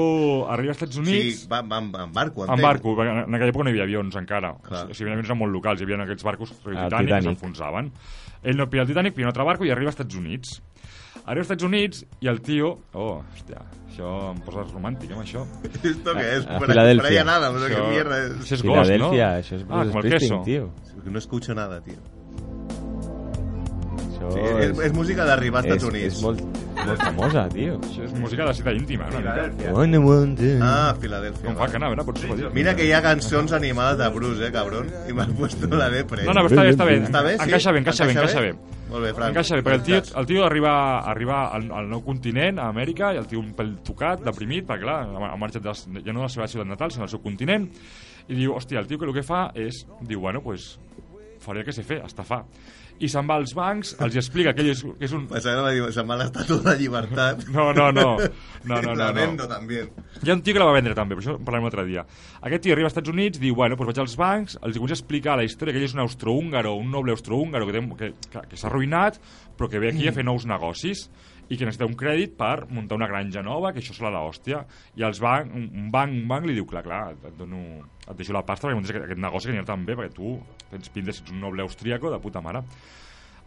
S3: arriba als Estats Units...
S2: Sí, va, va en, en barco,
S3: En
S2: entenc.
S3: barco, perquè en en aquella època no hi havia avions encara.
S2: Clar.
S3: O sigui, havia avions eren molt locals, hi havia aquests barcos Titanic, que
S4: Titanic.
S3: s'enfonsaven. Ell no pilla el Titanic, pilla un altre barco i arriba als Estats Units. Arriba als Estats Units i el tio... Oh, hòstia, això em poses romàntic, eh, amb això.
S2: ¿Esto qué es?
S4: a
S2: Por ahí,
S4: Filadelfia.
S2: por ahí Ah, a nada, pero
S3: Això-
S2: qué mierda es.
S3: Això és gos, no?
S4: Filadelfia, això és
S3: ah,
S4: Bruce
S3: com el queso.
S4: Springsteen, tio.
S2: No escucho nada, tío.
S4: Això
S2: Sí, es, Oh, es música de arribar a
S4: és,
S2: Estados
S4: és,
S2: Unidos.
S4: molt, molt famosa, tio.
S3: Això és música de cita íntima, eh? una mica.
S5: Filadèlfia.
S4: One, one, two.
S2: Ah, Filadelfia.
S3: Com
S2: vale.
S3: fa que anar, a veure, pots dir.
S2: Mira que hi ha cançons animades de Bruce, eh, cabrón. I m'han puesto la de pre.
S3: No, no, però està bé, està bé.
S2: Està bé, sí?
S3: Encaixa bé, encaixa bé, encaixa bé.
S2: Molt bé, Fran.
S3: Encaixa bé, perquè el tio, el tio arriba, arriba al, al nou continent, a Amèrica, i el tio un pèl tocat, deprimit, perquè clar, ha marxat de, ja no de la seva ciutat natal, sinó del seu continent, i diu, hòstia, el tio que el que fa és, diu, bueno, pues, faré el que sé fer, estafar. I se'n va als bancs, els hi explica que ell és, que és un...
S2: Pensava que va dir, se'n va l'estatua de llibertat.
S3: No, no, no. No, no,
S2: La
S3: no, no.
S2: vendo, també.
S3: Hi ha un tio que la va vendre també, però això en parlarem un altre dia. Aquest tio arriba als Estats Units, diu, bueno, doncs vaig als bancs, els hi comença a explicar la història, que ell és un austrohúngaro, un noble austrohúngaro que, té- que, que, que s'ha arruïnat, però que ve aquí a fer nous negocis i que necessita un crèdit per muntar una granja nova, que això serà la hòstia. I els banc, un- un banc, un banc li diu, clar, clar, et, dono, et deixo la pasta perquè muntis aquest, aquest negoci que anirà tan bé, perquè tu tens pinta, si ets un noble austríaco, de puta mare.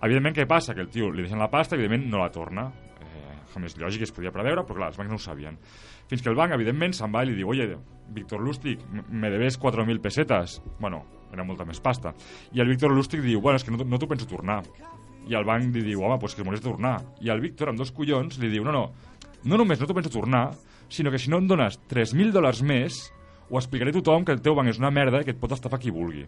S3: Evidentment, què passa? Que el tio li deixen la pasta, evidentment no la torna. Eh, com és lògic, es podia preveure, però clar, els bancs no ho sabien. Fins que el banc, evidentment, se'n va i li diu «Oye, Víctor Lustig, m- me debes 4.000 pessetes». Bueno, era molta més pasta. I el Víctor Lustig diu «Bueno, és que no, t'ho- no t'ho penso tornar». I el banc li diu «Home, doncs que m'ho has de tornar». I el Víctor, amb dos collons, li diu «No, no, no només no t'ho penso tornar, sinó que si no em dones 3.000 dòlars més, ho explicaré a tothom que el teu banc és una merda i que et pot estafar qui vulgui»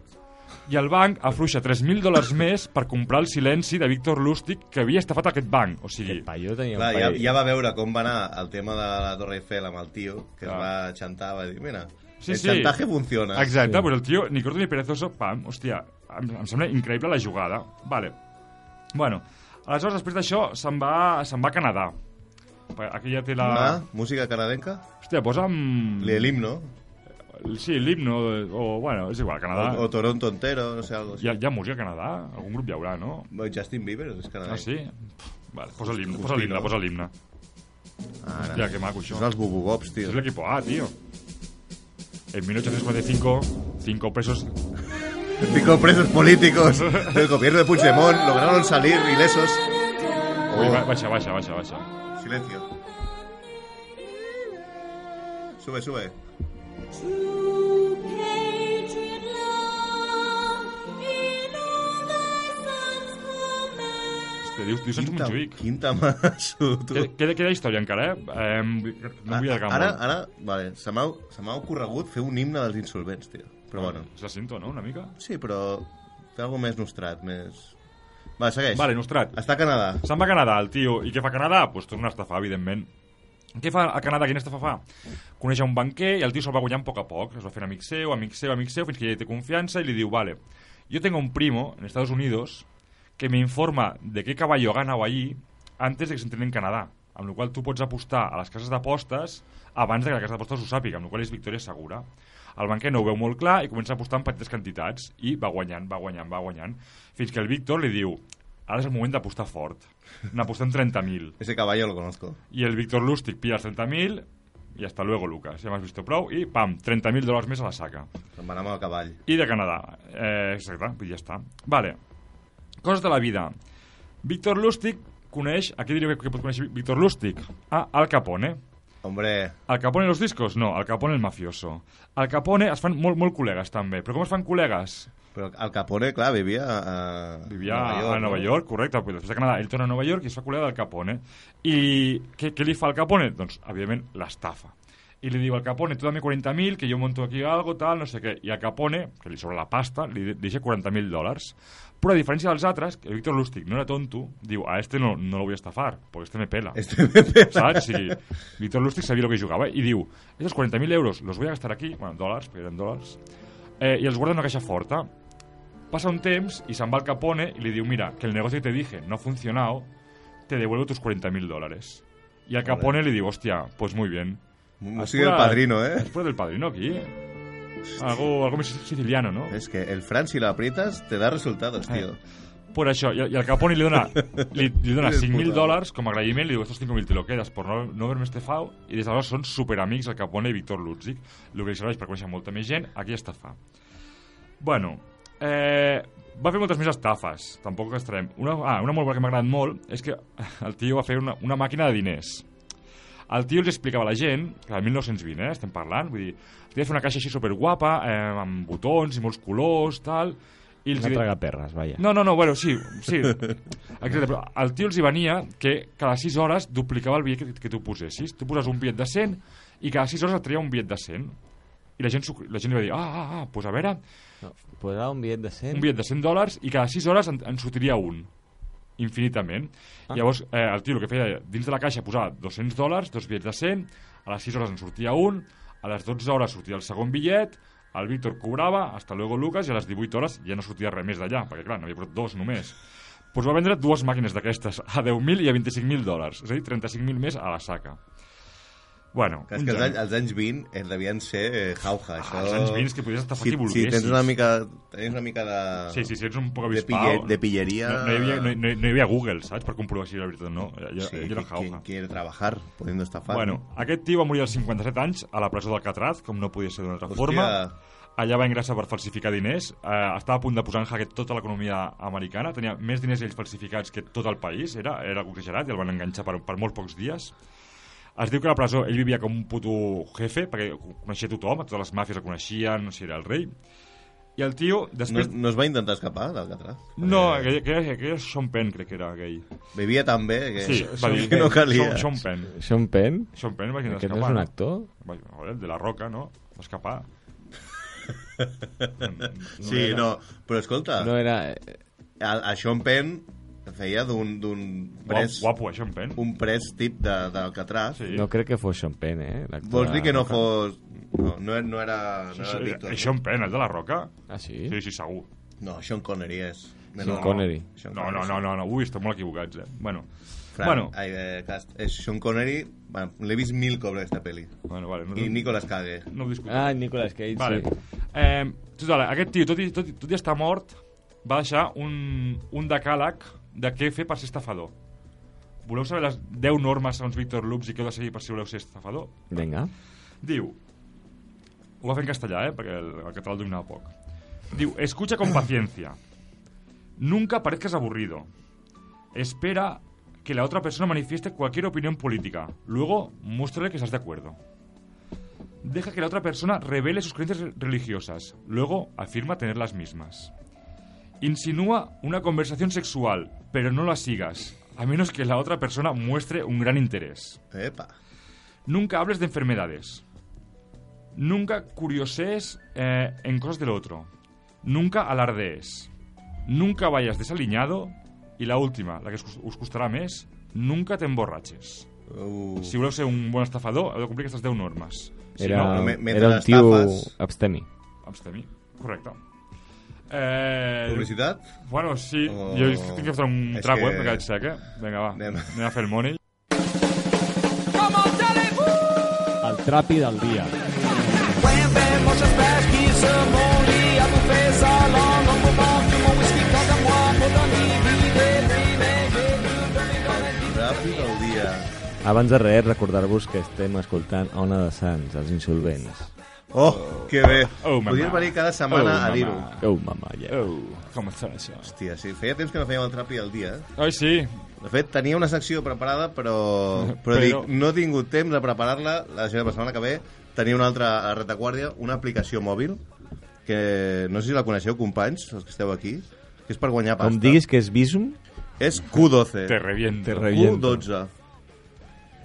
S3: i el banc afluixa 3.000 dòlars més per comprar el silenci de Víctor Lustig que havia estafat aquest banc. O sigui,
S4: El paio tenia
S2: Clar,
S4: un
S2: ja,
S4: paio.
S2: ja va veure com va anar el tema de la Torre Eiffel amb el tio, que
S3: Clar.
S2: es va xantar, va dir, mira,
S3: Sí,
S2: el
S3: sí.
S2: xantatge funciona.
S3: exacte, pues el tio, ni corto ni perezoso, pam, hòstia, em, em sembla increïble la jugada. Vale. Bueno, aleshores, després d'això, se'n va, se'n va a Canadà. Perquè Aquí ja té la...
S2: Ah, música canadenca?
S3: Hòstia, posa'm...
S2: Mm. El himno,
S3: Sí, l'himno, o, bueno, és igual, Canadà...
S2: o, o Toronto entero, no sé, algo así.
S3: Hi ha, hi ha música a Canadà? Algun grup hi haurà, no?
S2: Justin Bieber és canadenc.
S3: Ah, sí? Pff, Vale, posa l'himne, posa l'himne, posa l'himne.
S2: Ara.
S3: Hòstia, que maco, això.
S2: Són els bubugops,
S3: Es
S2: tio.
S3: el equipo A, tío. En 1845 Cinco presos.
S2: Cinco presos políticos del gobierno de Puigdemont lograron salir ilesos. Oh.
S3: Ui, ba- baixa, baixa, baixa, baixa.
S2: Silencio. Sube, sube.
S3: Hòstia, dius, dius Sants
S2: Quinta,
S3: Montjuïc.
S2: quinta masso, tu.
S3: Queda, queda- queda història encara, eh? eh no
S2: Ah,
S3: vull allargar
S2: ara,
S3: molt.
S2: ara, vale, se m'ha se m'ha ocorregut fer un himne dels insolvents, tio. Però bueno,
S3: És la cinta, no?, una mica.
S2: sí, però fer alguna més nostrat, més... Va, segueix.
S3: Vale, nostrat.
S2: Està a Canadà.
S3: Se'n va a Canadà, el tio. I què fa a Canadà? Doncs pues, torna a estafar, evidentment. Què fa a Canadà? Quina estafa fa? Coneix a un banquer i el tio se'l va guanyant a poc a poc. Es va fent amic seu, amic seu, amic seu, fins que ja hi té confiança i li diu, vale, yo tengo un primo en Estados Unidos que me informa de qué caballo ha ganado allí antes de que s'entreni en Canadà. Amb la qual cosa tu pots apostar a les cases d'apostes abans de que la casa d'apostes ho sàpiga, amb la qual cosa és victòria segura. El banquer no ho veu molt clar i comença a apostar en petites quantitats i va guanyant, va guanyant, va guanyant, fins que el Víctor li diu ara és el moment d'apostar fort. N'apostem 30.000.
S2: Ese caballo lo conozco.
S3: Y el Víctor Lustig pilla els 30.000 y hasta luego, Lucas. Ya me has visto pro y pam, 30.000 dólares més a la saca.
S2: Se'n va anar amb el cavall.
S3: I de Canadà. Eh, exacte, i ja està. Vale. Coses de la vida. Víctor Lustig coneix... Aquí diré que pot conèixer Víctor Lustig. Ah, Al Capone.
S2: Hombre,
S3: Al Capone los discos? No, Al Capone el mafioso. Al Capone es fan molt, molt col·legues, també. Però com es fan col·legues?
S2: però el Capone, clar, vivia a...
S3: Vivia a Nova, York, correcte, però després de Canadà ell torna a Nova York i es fa col·lega del Capone. I què, què li fa al Capone? Doncs, evidentment, l'estafa. I li diu al Capone, tu dame 40.000, que jo monto aquí algo, tal, no sé què. I al Capone, que li sobra la pasta, li de- deixa 40.000 dòlars. Però a diferència dels altres, que el Víctor Lustig no era tonto, diu, a este no, no lo voy a estafar, porque este me pela.
S2: Este me pela.
S3: ¿Sabes? Sí. Víctor Lustig sabía lo que jugaba y diu, esos 40.000 euros los voy a gastar aquí, bueno, dòlars, perquè eren dòlars, eh, i els guarda en una caixa forta. Passa un temps i se'n va al Capone i li diu, mira, que el negocio que te dije no ha funcionado, te devuelvo tus 40.000 dòlars. I al Capone li diu, hòstia, pues muy bien.
S2: Música del padrino, eh?
S3: Después del padrino aquí. Algo, algo més siciliano, no?
S2: És que el Fran, si la aprietas, te da resultados, tío.
S3: Eh, Por això, i, i el Capone li dona, li, li dona
S2: Eres
S3: 5.000
S2: putada.
S3: dòlars com a agraïment, li diu, estos 5.000 te lo quedas por no, no haberme estafado, i des d'aleshores són superamics el Capone i Víctor Lutzig, el que li serveix per conèixer molta més gent, aquí estafa. Bueno, eh, va fer moltes més estafes, tampoc estarem. Una, ah, una molt bona que m'ha agradat molt és que el tio va fer una, una màquina de diners. El tio els explicava a la gent, que el 1920, eh, estem parlant, vull dir, tenia fer una caixa així superguapa, eh, amb botons i molts colors, tal, i els
S4: Una
S3: hi de-
S4: traga perres, vaya.
S3: no, no, no, bueno, sí, sí. Exacte, però el tio els hi venia que cada 6 hores duplicava el bitllet que, que tu posessis. Tu poses un bitllet de 100 i cada 6 hores et treia un bitllet de 100. I la gent, s'ho- la gent li va dir, ah, ah, ah, doncs pues a veure,
S4: Posar un bitllet de 100.
S3: un bitllet de 100 dòlars i cada 6 hores en, en sortiria un infinitament. Ah. Llavors, eh, el tio el que feia, dins de la caixa posava 200 dòlars, dos bitllets de 100, a les 6 hores en sortia un, a les 12 hores sortia el segon bitllet, el Víctor cobrava, hasta luego Lucas, i a les 18 hores ja no sortia res més d'allà, perquè clar, n'havia posat dos només. Doncs va vendre dues màquines d'aquestes, a 10.000 i a 25.000 dòlars, és a dir, 35.000 més a la saca. Bueno,
S2: Clar, és
S3: un
S2: que els,
S3: geni. Ah,
S2: anys, els anys 20 eh, devien ser eh, jauja, això...
S3: els anys 20 que podies estafar
S2: si,
S3: qui
S2: si
S3: volguessis.
S2: tens una mica, tens una mica de...
S3: Sí, sí, sí, ets un poc
S2: de,
S3: avispau.
S2: pille, de pilleria...
S3: No, no, hi havia, no, no, no hi havia Google, saps? Per comprovar si era veritat o no. Jo,
S2: sí,
S3: sí, jo era
S2: qui- qui-
S3: jauja.
S2: quiere trabajar, pudiendo estafar.
S3: Bueno, aquest tio va morir als 57 anys a la presó d'Alcatraz, com no podia ser d'una altra forma. Allà va ingressar per falsificar diners. Eh, estava a punt de posar en jaque tota l'economia americana. Tenia més diners ells falsificats que tot el país. Era, era algo exagerat i el van enganxar per, per molt pocs dies. Es diu que a la presó ell vivia com un puto jefe, perquè coneixia tothom, totes les màfies el coneixien, no sé, era el rei. I el tio,
S2: No, eh.
S3: després...
S2: no es va intentar escapar d'Alcatraz?
S3: No, aquell, aquell, aquell Sean Penn crec que era aquell.
S2: Vivia tan bé que,
S3: Sí, va dir
S2: que no calia.
S3: Sean, Sean Penn.
S4: Sean Penn?
S3: Sean Penn va intentar
S4: Aquest
S3: escapar.
S4: no és un actor?
S3: Vaja, joder, el de la roca, no? Va escapar.
S2: Sí, no, però escolta,
S4: No era...
S2: a, a Sean Penn feia d'un d'un pres,
S3: Guapo, guapo, eh, Sean Penn.
S2: un pres tip de- d'Alcatraz.
S3: Sí.
S4: No crec que fos Sean Penn, eh? l'actor
S2: Vols dir
S4: de
S2: que no
S4: Roca.
S2: fos... No, no, era- no era, no era Víctor.
S3: Eh, Sean Penn, el de la roca?
S4: Ah, sí?
S3: Sí, sí, segur.
S2: No, Sean Connery és...
S4: Sean Connery.
S2: Sean
S3: No, no,
S2: Connery,
S3: no, no, no. Ui, estem molt equivocats, eh? Bueno,
S2: Fran,
S3: bueno,
S2: Ai, eh, cast, és Sean Connery, bueno, l'he vist mil cobles, aquesta pel·li.
S3: bueno vale, no,
S2: I Nicolas Cage.
S3: no ho discutim.
S4: Ah, Nicolas Cage,
S3: Vale.
S4: sí.
S3: Eh, total, aquest tio, tot i, tot, i- tot i estar mort, va deixar un, un decàleg de què fer per ser estafador. Voleu saber les 10 normes segons Víctor Lux i què heu de seguir per si voleu ser estafador?
S4: Vinga.
S3: Diu, Ho va fer en castellà, eh? Perquè el, el català el dominava poc. Diu, escucha con paciencia. Nunca parezcas aburrido. Espera que la otra persona manifieste cualquier opinión política. Luego, muéstrale que estás de acuerdo. Deja que la otra persona revele sus creencias re- religiosas. Luego, afirma tener las mismas. Insinúa una conversación sexual, pero no la sigas, a menos que la otra persona muestre un gran interés.
S2: Epa.
S3: Nunca hables de enfermedades. Nunca curiosees eh, en cosas del otro. Nunca alardees. Nunca vayas desaliñado. I la última, la que us cos- us costarà més, nunca t'emborratxes.
S2: Uh.
S3: Si voleu ser un bon estafador, heu de complir aquestes 10 normes. Si
S2: Era-
S3: no, ah, pues
S2: no, me- mentre
S4: era un tio
S2: estafes-
S4: abstemi.
S3: abstemi. Correcte. Eh,
S2: Publicitat?
S3: Bueno, sí,
S2: O-
S3: jo tinc que fer un
S2: És que-
S3: trago, eh, perquè vaig sec, eh? Vinga, va,
S2: Anem.
S3: anem, a fer el money.
S4: El trapi del dia.
S2: Ràpid el dia.
S4: Abans de res, recordar-vos que estem escoltant Ona de Sants, els insolvents.
S2: Oh, que bé.
S3: Oh, mamà.
S2: Podríem venir cada setmana
S3: Oh,
S2: a dir-ho.
S3: mamà.
S4: Oh, mama, yeah.
S3: Oh, com està això?
S2: Hòstia, sí, feia temps que no fèiem el trapi al dia. eh?
S3: Ai, sí,
S2: De fet, tenia una secció preparada, però, però,
S3: Però-
S2: dic, no he tingut temps de preparar-la. La setmana- la setmana que ve tenia una altra a retaguàrdia, una aplicació mòbil, que no sé si la coneixeu, companys, els que esteu aquí, que és per guanyar pasta.
S4: Com diguis que és Visum,
S2: És Q12.
S3: te reviento.
S4: te reviento.
S2: Q12.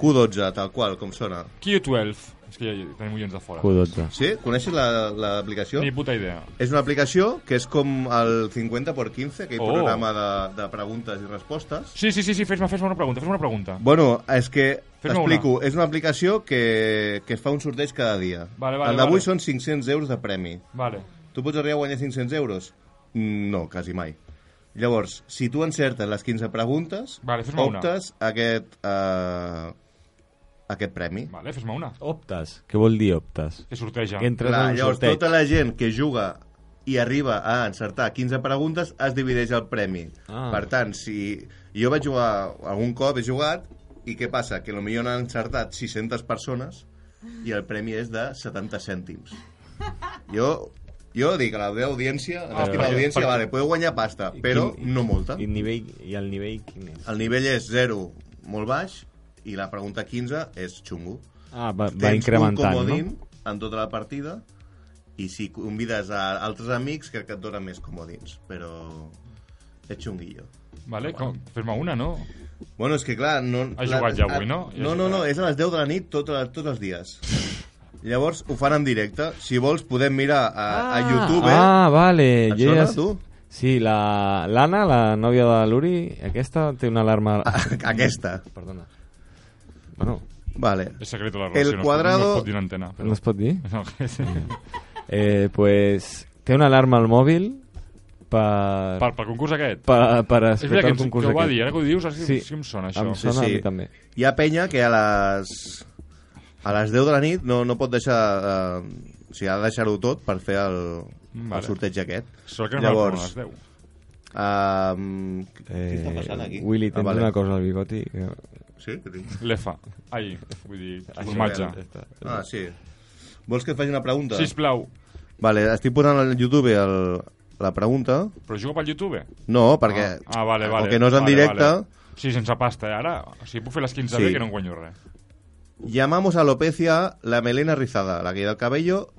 S2: Q12, tal qual, com sona.
S3: Q12. És que ja, ja tenim oients de fora.
S4: Q12.
S2: Sí? Coneixes la- l'aplicació?
S3: Ni puta idea.
S2: És una aplicació que és com el 50 por 15, aquell
S3: Oh.
S2: programa de, de preguntes i respostes.
S3: Sí, sí, sí, sí fes-me fes una pregunta, fes una pregunta.
S2: Bueno, és que
S3: Fes-me
S2: t'explico, és una aplicació que, que es fa un sorteig cada dia.
S3: Vale, vale,
S2: el d'avui
S3: vale.
S2: són 500 euros de premi.
S3: Vale.
S2: Tu pots arribar a guanyar 500 euros? Mm, No, quasi mai. Llavors, si tu encertes les 15 preguntes,
S3: Vale, fes-me una.
S2: optes a aquest, uh, aquest premi.
S3: Vale, fes-me una.
S4: Optes. Què vol dir optes?
S3: Que sorteja.
S4: Que entres
S2: Clar,
S4: en un
S2: llavors,
S4: sorteig.
S2: tota la gent que juga i arriba a encertar 15 preguntes es divideix el premi.
S4: Ah.
S2: Per tant, si jo vaig jugar algun cop, he jugat, i què passa? Que potser n'han encertat 600 persones i el premi és de 70 cèntims. Jo, jo dic a la meva audiència, a la meva
S3: perquè-
S2: audiència,
S3: perquè-
S2: vale, podeu guanyar pasta, però
S4: Ah, I quin-
S2: no molta.
S4: I, nivell, I el nivell quin és?
S2: El nivell és 0, molt baix, i la pregunta 15 és xungo
S4: Ah, va, va
S2: tens
S4: incrementant,
S2: un comodín
S4: no?
S2: en tota la partida i si convides a altres amics crec que et donen més comodins, però és xunguillo.
S3: Vale, com- fes-me una, no?
S2: Bueno, és que clar... No,
S3: Has
S2: la-
S3: jugat ja avui, no? Ja
S2: No,
S3: has
S2: no, no,
S3: jugat.
S2: és a les 10 de la nit tot, tots els dies. Llavors ho fan en directe. Si vols podem mirar a, a YouTube.
S4: Ah, vale.
S2: Et
S4: jo
S2: sona,
S4: ja sé-
S2: tu?
S4: Sí, la- l'Anna, la, la nòvia de l'Uri, aquesta té una alarma...
S2: Ah, Aquesta.
S4: Perdona. Ah. Bueno,
S2: Vale.
S3: És secret la
S2: El
S3: relació.
S2: cuadrado-
S3: No es pot dir en antena.
S4: no
S3: Però...
S4: es pot dir?
S3: No, que sí.
S4: Eh, pues, té una alarma al mòbil per,
S3: per, pel concurs aquest.
S4: per, per
S3: És
S4: escoltar
S3: veritat que,
S4: el
S3: em-
S4: concurs
S3: que ho va
S4: aquest.
S3: dir, ara que ho dius, és que,
S4: Sí.
S3: sí. que em sona això.
S4: Em sona a mi també.
S2: Hi ha penya que a les... A les 10 de la nit no, no pot deixar... Eh, o sigui, ha de deixar-ho tot per fer el,
S3: Vale.
S2: el sorteig aquest.
S3: Sort que no
S2: Llavors-
S3: Llavors... a les 10.
S2: Um,
S4: Eh,
S2: Willy,
S4: Willy, tens una cosa al bigoti? que-
S2: Ah, Sí, que tinc.
S3: Lefa. Ai, vull dir, formatge.
S2: Ah, sí. Vols que et faci una pregunta?
S3: Sisplau,
S2: Vale, estic posant al YouTube el, la pregunta.
S3: però jugo pel YouTube?
S2: No, perquè...
S3: Ah, ah, vale, vale.
S2: Com que no és en
S3: vale,
S2: directe,
S3: Vale. Sí, sense pasta, eh, ara. O sigui, puc fer les 15
S2: Sí.
S3: sí. bé que no en guanyo res.
S2: llamamos a alopecia la melena rizada, la caída del cabello,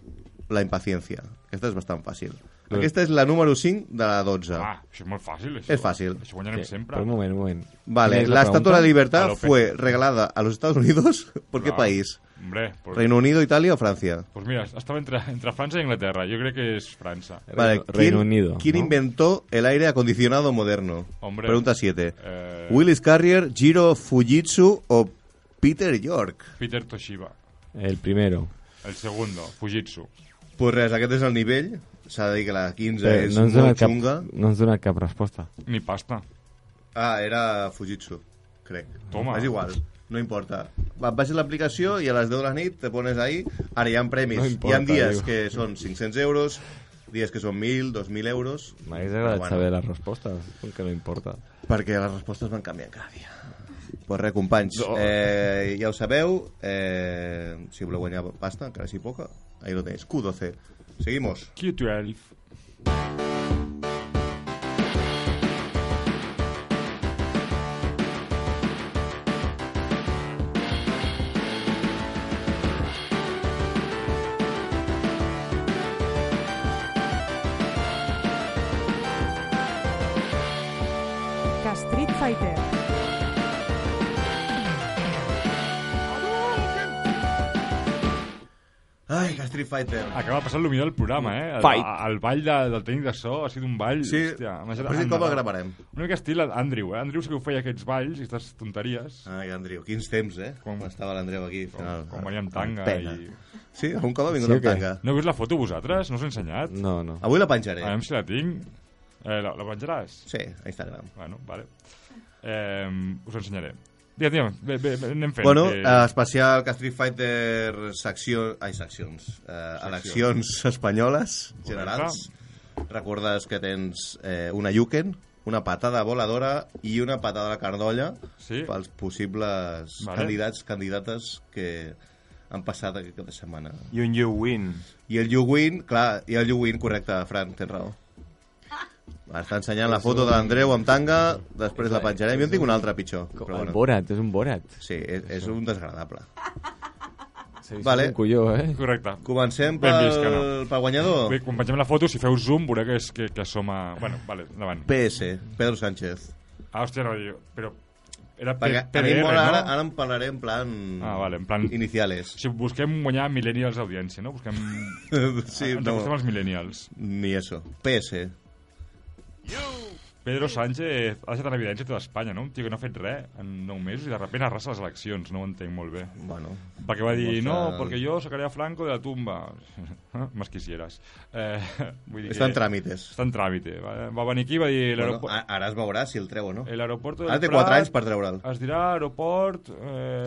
S2: la impaciencia. Aquesta és bastant fàcil.
S4: Eh.
S2: Aquesta és la número 5 de la 12.
S3: Ah, això és molt fàcil, això.
S2: És fàcil.
S3: Això guanyarem sempre.
S4: Però un moment, un moment.
S2: Vale,
S4: ¿Tienes
S2: la, Estatua de la
S4: pregunta? Ah.
S2: Libertad
S3: Alopecia.
S2: fue regalada a los Estados Unidos. ¿Por qué
S3: Claro.
S2: país?
S3: Hombre, pues,
S2: ¿Reino Unido, Italia o Francia?
S3: pues mira, estava entre, entre França i Anglaterra. Jo crec que és França.
S2: Vale,
S4: Reino, Reino Unido.
S2: ¿Quién
S4: ¿no?
S2: inventó el aire acondicionado moderno?
S3: Hombre.
S2: Pregunta 7.
S3: Eh,
S2: Willis Carrier, Jiro Fujitsu o Peter York?
S3: Peter Toshiba.
S4: El primero.
S3: El segundo, Fujitsu.
S2: Pues res, aquest és el nivell. S'ha de dir que la 15
S4: Però
S2: és
S4: Eh, no, ens dona
S2: molt
S4: cap,
S2: xunga.
S4: no ens dona cap resposta.
S3: Ni pasta.
S2: Ah, era Fujitsu, crec.
S3: Toma.
S2: És igual, no importa. Va- Baixes l'aplicació i a les 10 de la nit te pones ahí. Ara hi ha premis.
S4: No
S2: hi ha
S4: importa,
S2: dies
S4: diu.
S2: que són 500 euros, dies que són 1.000, 2.000 euros.
S4: M'hagués agradat
S2: Però
S4: saber les respostes, com que no importa.
S2: Perquè les respostes van canviant cada dia. Pues res, companys,
S3: No.
S2: eh, ja ho sabeu, eh, si voleu guanyar pasta, encara si poca, ahí lo tenéis, Q12. Seguimos.
S3: Q12.
S1: que Street Fighter.
S2: Ai, que Street Fighter.
S3: Acaba passant el millor del programa, eh? El,
S4: Fight.
S3: a- el ball de, del tècnic de so ha sigut un ball...
S2: Sí,
S3: hòstia, m'ha deixat
S2: però sí, com el
S3: endarrat.
S2: gravarem?
S3: Una mica estil Andrew, eh? Andrew sí que ho feia aquests balls i aquestes tonteries.
S2: Ai, Andreu, quins temps, eh?
S3: Com-
S2: Com estava l'Andreu aquí.
S3: Com,
S4: Ah,
S3: com venia amb tanga i...
S2: Sí, algun cop ha vingut
S4: Sí o
S2: amb
S4: què?
S2: tanga.
S3: No heu vist la foto vosaltres? No us he ensenyat?
S4: No, no.
S2: Avui la penjaré.
S3: A veure si la tinc. Eh, la, la penjaràs?
S2: Sí, a Instagram.
S3: Bueno, vale. Eh, us ho ensenyaré. Digue'm, digue'm, bé, bé, bé, anem fent.
S2: Bueno,
S3: eh,
S2: eh, especial que Street Fighter secció... Ai, seccions. Eh, eleccions espanyoles, generals. Recordes que tens eh, una yuken, una patada voladora i una patada de cardolla
S3: Sí.
S2: pels possibles
S3: Vale.
S2: candidats, candidates que han passat aquesta setmana.
S5: I un you win.
S2: I el Lluguin, clar, i el Lluguin, correcte, Fran, tens raó.
S4: Ah.
S2: M'està ensenyant la foto de l'Andreu amb tanga, després la penjarem. Jo en tinc una altra pitjor.
S4: Com,
S2: Però
S4: el
S2: bueno.
S4: Borat, és un Borat.
S2: Sí, és, és un desagradable.
S4: S'ha vist
S2: Vale.
S4: un colló, eh?
S3: Correcte.
S2: Comencem
S3: Ben
S2: pel,
S3: vist que no.
S2: pel guanyador.
S3: Bé, quan vegem la foto, si feu zoom, veureu que, és, que, que som a... Bueno, vale, endavant.
S2: PS, Pedro Sánchez.
S3: Ah, hòstia, no, jo- però... Era P
S2: Perquè a mi
S3: PDR,
S2: mola,
S3: no?
S2: ara, ara en parlaré en plan...
S3: Ah, vale, en plan-
S2: Iniciales.
S3: Si busquem guanyar millennials d'audiència, no? Busquem... Ah,
S2: sí,
S3: Ens acostem
S2: no,
S3: als millennials.
S2: ni eso. PS.
S3: Pedro Sánchez ha deixat en evidència tota Espanya, no? Un tio que no ha fet res en 9 mesos i de sobte arrasa les eleccions, no ho entenc molt bé.
S2: Bueno,
S3: Perquè va dir,
S2: Mostra-
S3: no, perquè jo sacaré a Franco de la tumba. Más quisieras. Eh, vull dir
S2: està en
S3: que-
S2: tràmites.
S3: Està en tràmite. Va, va venir aquí i va dir...
S2: Bueno,
S3: l'aeroport...
S2: a- ara es veurà si el treu o no.
S3: El aeroport del
S2: Ara té
S3: Prat
S2: 4 anys per treure'l.
S3: Es dirà aeroport eh,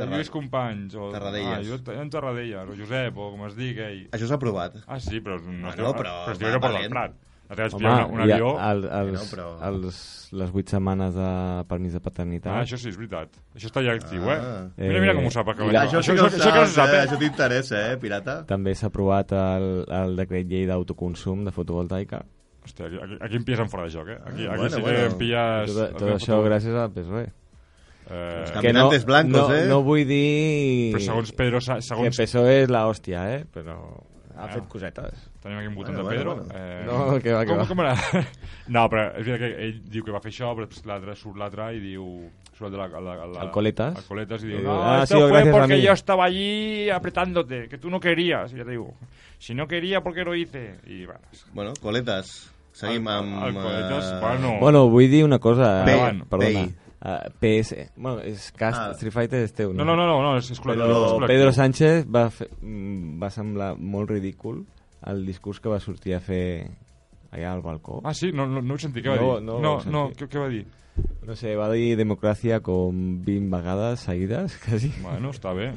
S2: Terra-
S3: Lluís Companys. O,
S2: Tarradellas.
S3: Ah, jo, jo en Tarradellas, o Josep, o com es digui aquell.
S2: Això s'ha aprovat.
S3: Ah, sí, però
S2: Ah,
S3: no, es
S2: no,
S3: diu,
S2: però
S3: però es diu
S2: va
S3: aeroport
S2: valent.
S3: del Prat. La teva espia, un
S4: hi ha
S3: avió...
S4: El, els,
S2: Sí, no, però-
S4: els, les 8 setmanes de permís de paternitat.
S3: Ah, això sí, és veritat. Això està ja actiu, eh?
S2: Ah.
S3: Mira, mira
S4: Eh,
S3: com ho sap.
S4: mira,
S3: acabar.
S2: Això, sí que ho
S3: això, això que no
S2: saps,
S3: se sap,
S2: eh?
S3: eh?
S2: Això t'interessa, eh, pirata?
S4: També s'ha aprovat el, el decret llei d'autoconsum de fotovoltaica.
S3: Hòstia, aquí, aquí, aquí em pilles en fora de joc, eh? Aquí,
S2: Ah,
S3: aquí
S2: bueno,
S3: sí que
S2: bueno.
S3: em pilles...
S4: Tot, tot això gràcies al PSOE. Doncs
S3: Eh,
S2: Que Caminantes blancos,
S4: E. no,
S2: eh?
S4: no vull dir
S3: Però segons Pedro, Sa-
S4: que el
S3: segons...
S4: PSOE és la hòstia, eh? però ha fet cosetes.
S3: Tenim aquí un botó
S2: Bueno,
S3: de
S2: bueno,
S3: Pedro.
S2: bueno.
S3: Eh,
S4: No, que va, que
S3: com,
S4: va.
S3: Com era? no, però és veritat que ell diu que va fer això, però després l'altre surt l'altre i diu... Surt el de la, la, la,
S4: El Coletas.
S3: El Coletas i diu,
S4: Eh,
S3: no,
S4: ah,
S3: esto
S4: sí,
S3: fue
S4: gracias a
S3: porque
S4: mí."
S3: yo estaba allí apretándote, que tú no querías. I ja te diu, si no quería, ¿por qué lo hice? I, bueno,
S2: Bueno, coletes. Seguim amb...
S3: El, el Coletas,
S2: eh,
S3: bueno...
S4: Bueno, vull dir una cosa.
S2: P,
S4: eh, perdona.
S2: PI.
S4: Eh, PS. Bueno, és cast,
S2: Ah.
S4: Street Fighter és teu, no?
S3: No, no, no, no, no és, és col·lectiu.
S2: Però
S3: és col·lectiu.
S4: Pedro Sánchez va, fer, mm, va semblar molt ridícul el discurs que va sortir a fer allà al balcó.
S3: Ah, sí? No, no, no ho sentí, què va
S4: No,
S3: dir?
S4: no ho
S3: no,
S4: sentí.
S3: no què, què va dir?
S4: No sé, va dir democràcia com 20 vegades seguides, quasi,
S3: Bueno, està bé.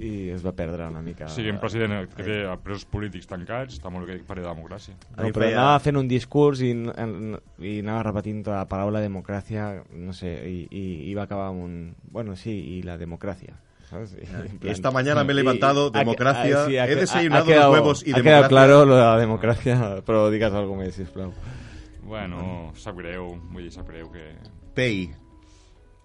S4: i es va perdre una mica.
S3: Sí, un president eh, que té presos polítics tancats, està molt bé per a la democràcia.
S2: A mi
S4: No, però
S2: feia-
S4: anava fent un discurs i, n- en- i anava repetint tota la paraula democràcia, no sé, i, i, i va acabar amb un... Bueno, sí, i la democràcia. ¿sabes? Y en plan-
S2: Esta mañana me he
S4: Y-
S2: levantado,
S4: ha que-
S2: democracia,
S4: ah, sí, ha
S2: he
S4: que- ha- ha
S2: desayunado los
S4: quedado-
S2: huevos y
S4: Ha quedado
S2: democracia.
S4: claro lo de la democracia, però digues alguna cosa més, sisplau.
S2: Mm-hmm.
S3: Bueno, sap greu, vull dir, sap greu que...
S2: PI.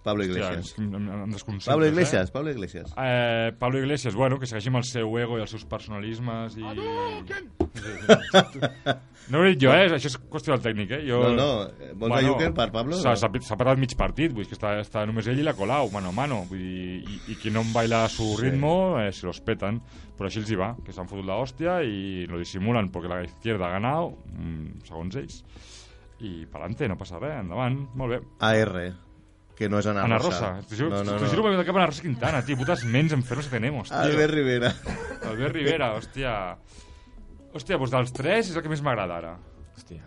S2: Pablo Iglesias.
S3: Hòstia, em, em, em desconcentres,
S2: Pablo Iglesias, Pablo Iglesias.
S3: Eh? eh? Pablo Iglesias, bueno, que segueixi amb el seu ego i els seus personalismes i... No ho dic jo, eh? Això és qüestió del tècnic, eh? Jo...
S2: No, no, eh, vols la Juncker per Pablo?
S3: S'ha s'ha- s'ha parat mig partit, vull dir que està, està només ell i la Colau, mano a mano. Vull dir, i, i qui no en baila a su ritmo, eh, se los peten. Però així els hi va, que s'han fotut la hòstia i lo dissimulen, perquè la izquierda ha ganat, mm, segons ells. I pa'lante, no passa res, endavant, molt bé.
S2: AR, que no és Ana,
S3: Ana Rosa. Te juro,
S2: No, no,
S3: te juro que
S2: no.
S3: me da Ana Rosa Quintana, tío. Putas mens enfermos que tenemos, tío.
S2: Albert Rivera.
S3: Albert Rivera, hòstia. Hòstia, doncs dels tres és el que més m'agrada ara.
S4: Hòstia.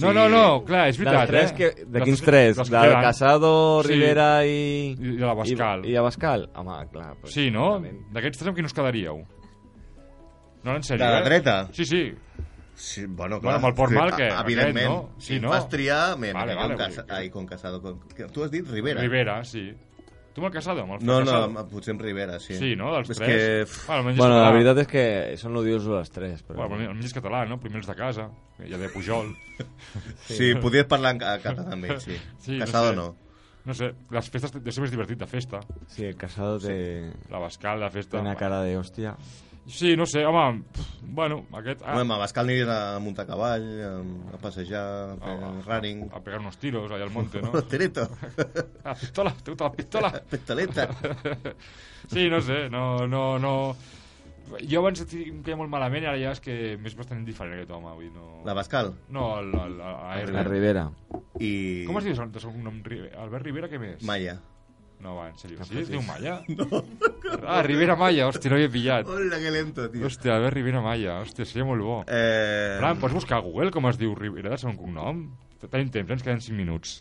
S3: No, no, no, clar, és
S4: Dels
S3: veritat,
S4: tres
S3: eh?
S4: que, de
S3: Dels
S4: quins tres?
S3: dels que
S4: Del
S3: queden.
S4: Casado,
S3: Sí.
S4: Rivera i...
S3: I- i de l'Abascal.
S4: I, i Abascal. Home, clar. Pues,
S3: Sí, no?
S4: clarament.
S3: D'aquests tres amb qui no us quedaríeu? No, en sèrio,
S2: De la
S3: eh?
S2: dreta?
S3: Sí, sí.
S2: Sí, bueno, clar.
S3: Bueno, pel port mal,
S2: a-
S3: què?
S2: Evidentment.
S3: Aquest, no? Si
S2: Si,
S3: no-
S2: vas triar... Mira,
S3: Vale,
S2: vale, vale,
S3: vale, vull
S2: casa...
S3: dir que-
S2: Ai, con Casado. Con... Tu has dit Rivera.
S3: Rivera, sí. Tu m'has casado amb el
S2: No, no,
S3: Casado?
S2: amb- potser amb Rivera, sí.
S3: Sí, no? Dels
S2: és
S3: tres.
S2: Que... pff,
S3: Bueno, almenys és
S4: Bueno, la
S3: català.
S4: veritat és que són odiosos les tres, però...
S3: Bueno, pues almenys és català, no? Primer els de casa. Hi havia Pujol.
S2: Sí, podies parlar en ca- català amb ell, sí.
S3: Sí, no
S2: Casado
S3: sé.
S2: no.
S3: No sé, les festes deu ser més divertit de festa.
S4: Sí, el casado té,
S3: La Bascal, la
S4: té
S3: festa...
S4: una cara de hòstia.
S3: Sí, no sé, home... pff, Bueno, aquest...
S2: Ah.
S3: A,
S2: Bueno, amb Abascal anirien a muntar a cavall, a- a passejar, a fer
S3: Ah,
S2: oh, running...
S3: a pegar unos tiros allà al monte, no? Ah,
S2: Oh, Tereto,
S3: La pistola, te gusta la pistola?
S2: pistoleta.
S3: Sí, no sé, no, no, no... Jo abans em queia molt malament i ara ja és que m'és bastant indiferent aquest home, avui no...
S2: L'Abascal.
S3: No, el, el, el, el,
S4: La
S3: el,
S4: Rivera.
S2: I...
S3: Com es diu el segon nom? Ri- Albert Rivera, què més?
S2: Maya.
S3: No, va, en sèrio. Sí, es diu Maya? No. Ah, Rivera Maya, hòstia, no havia pillat.
S2: Hola, que lento, tio.
S3: Hòstia, Albert Rivera Maya, hòstia, seria molt bo.
S2: Eh...
S3: Fran, pots buscar a Google com es diu Rivera de segon cognom? Tenim temps, ens queden 5 minuts.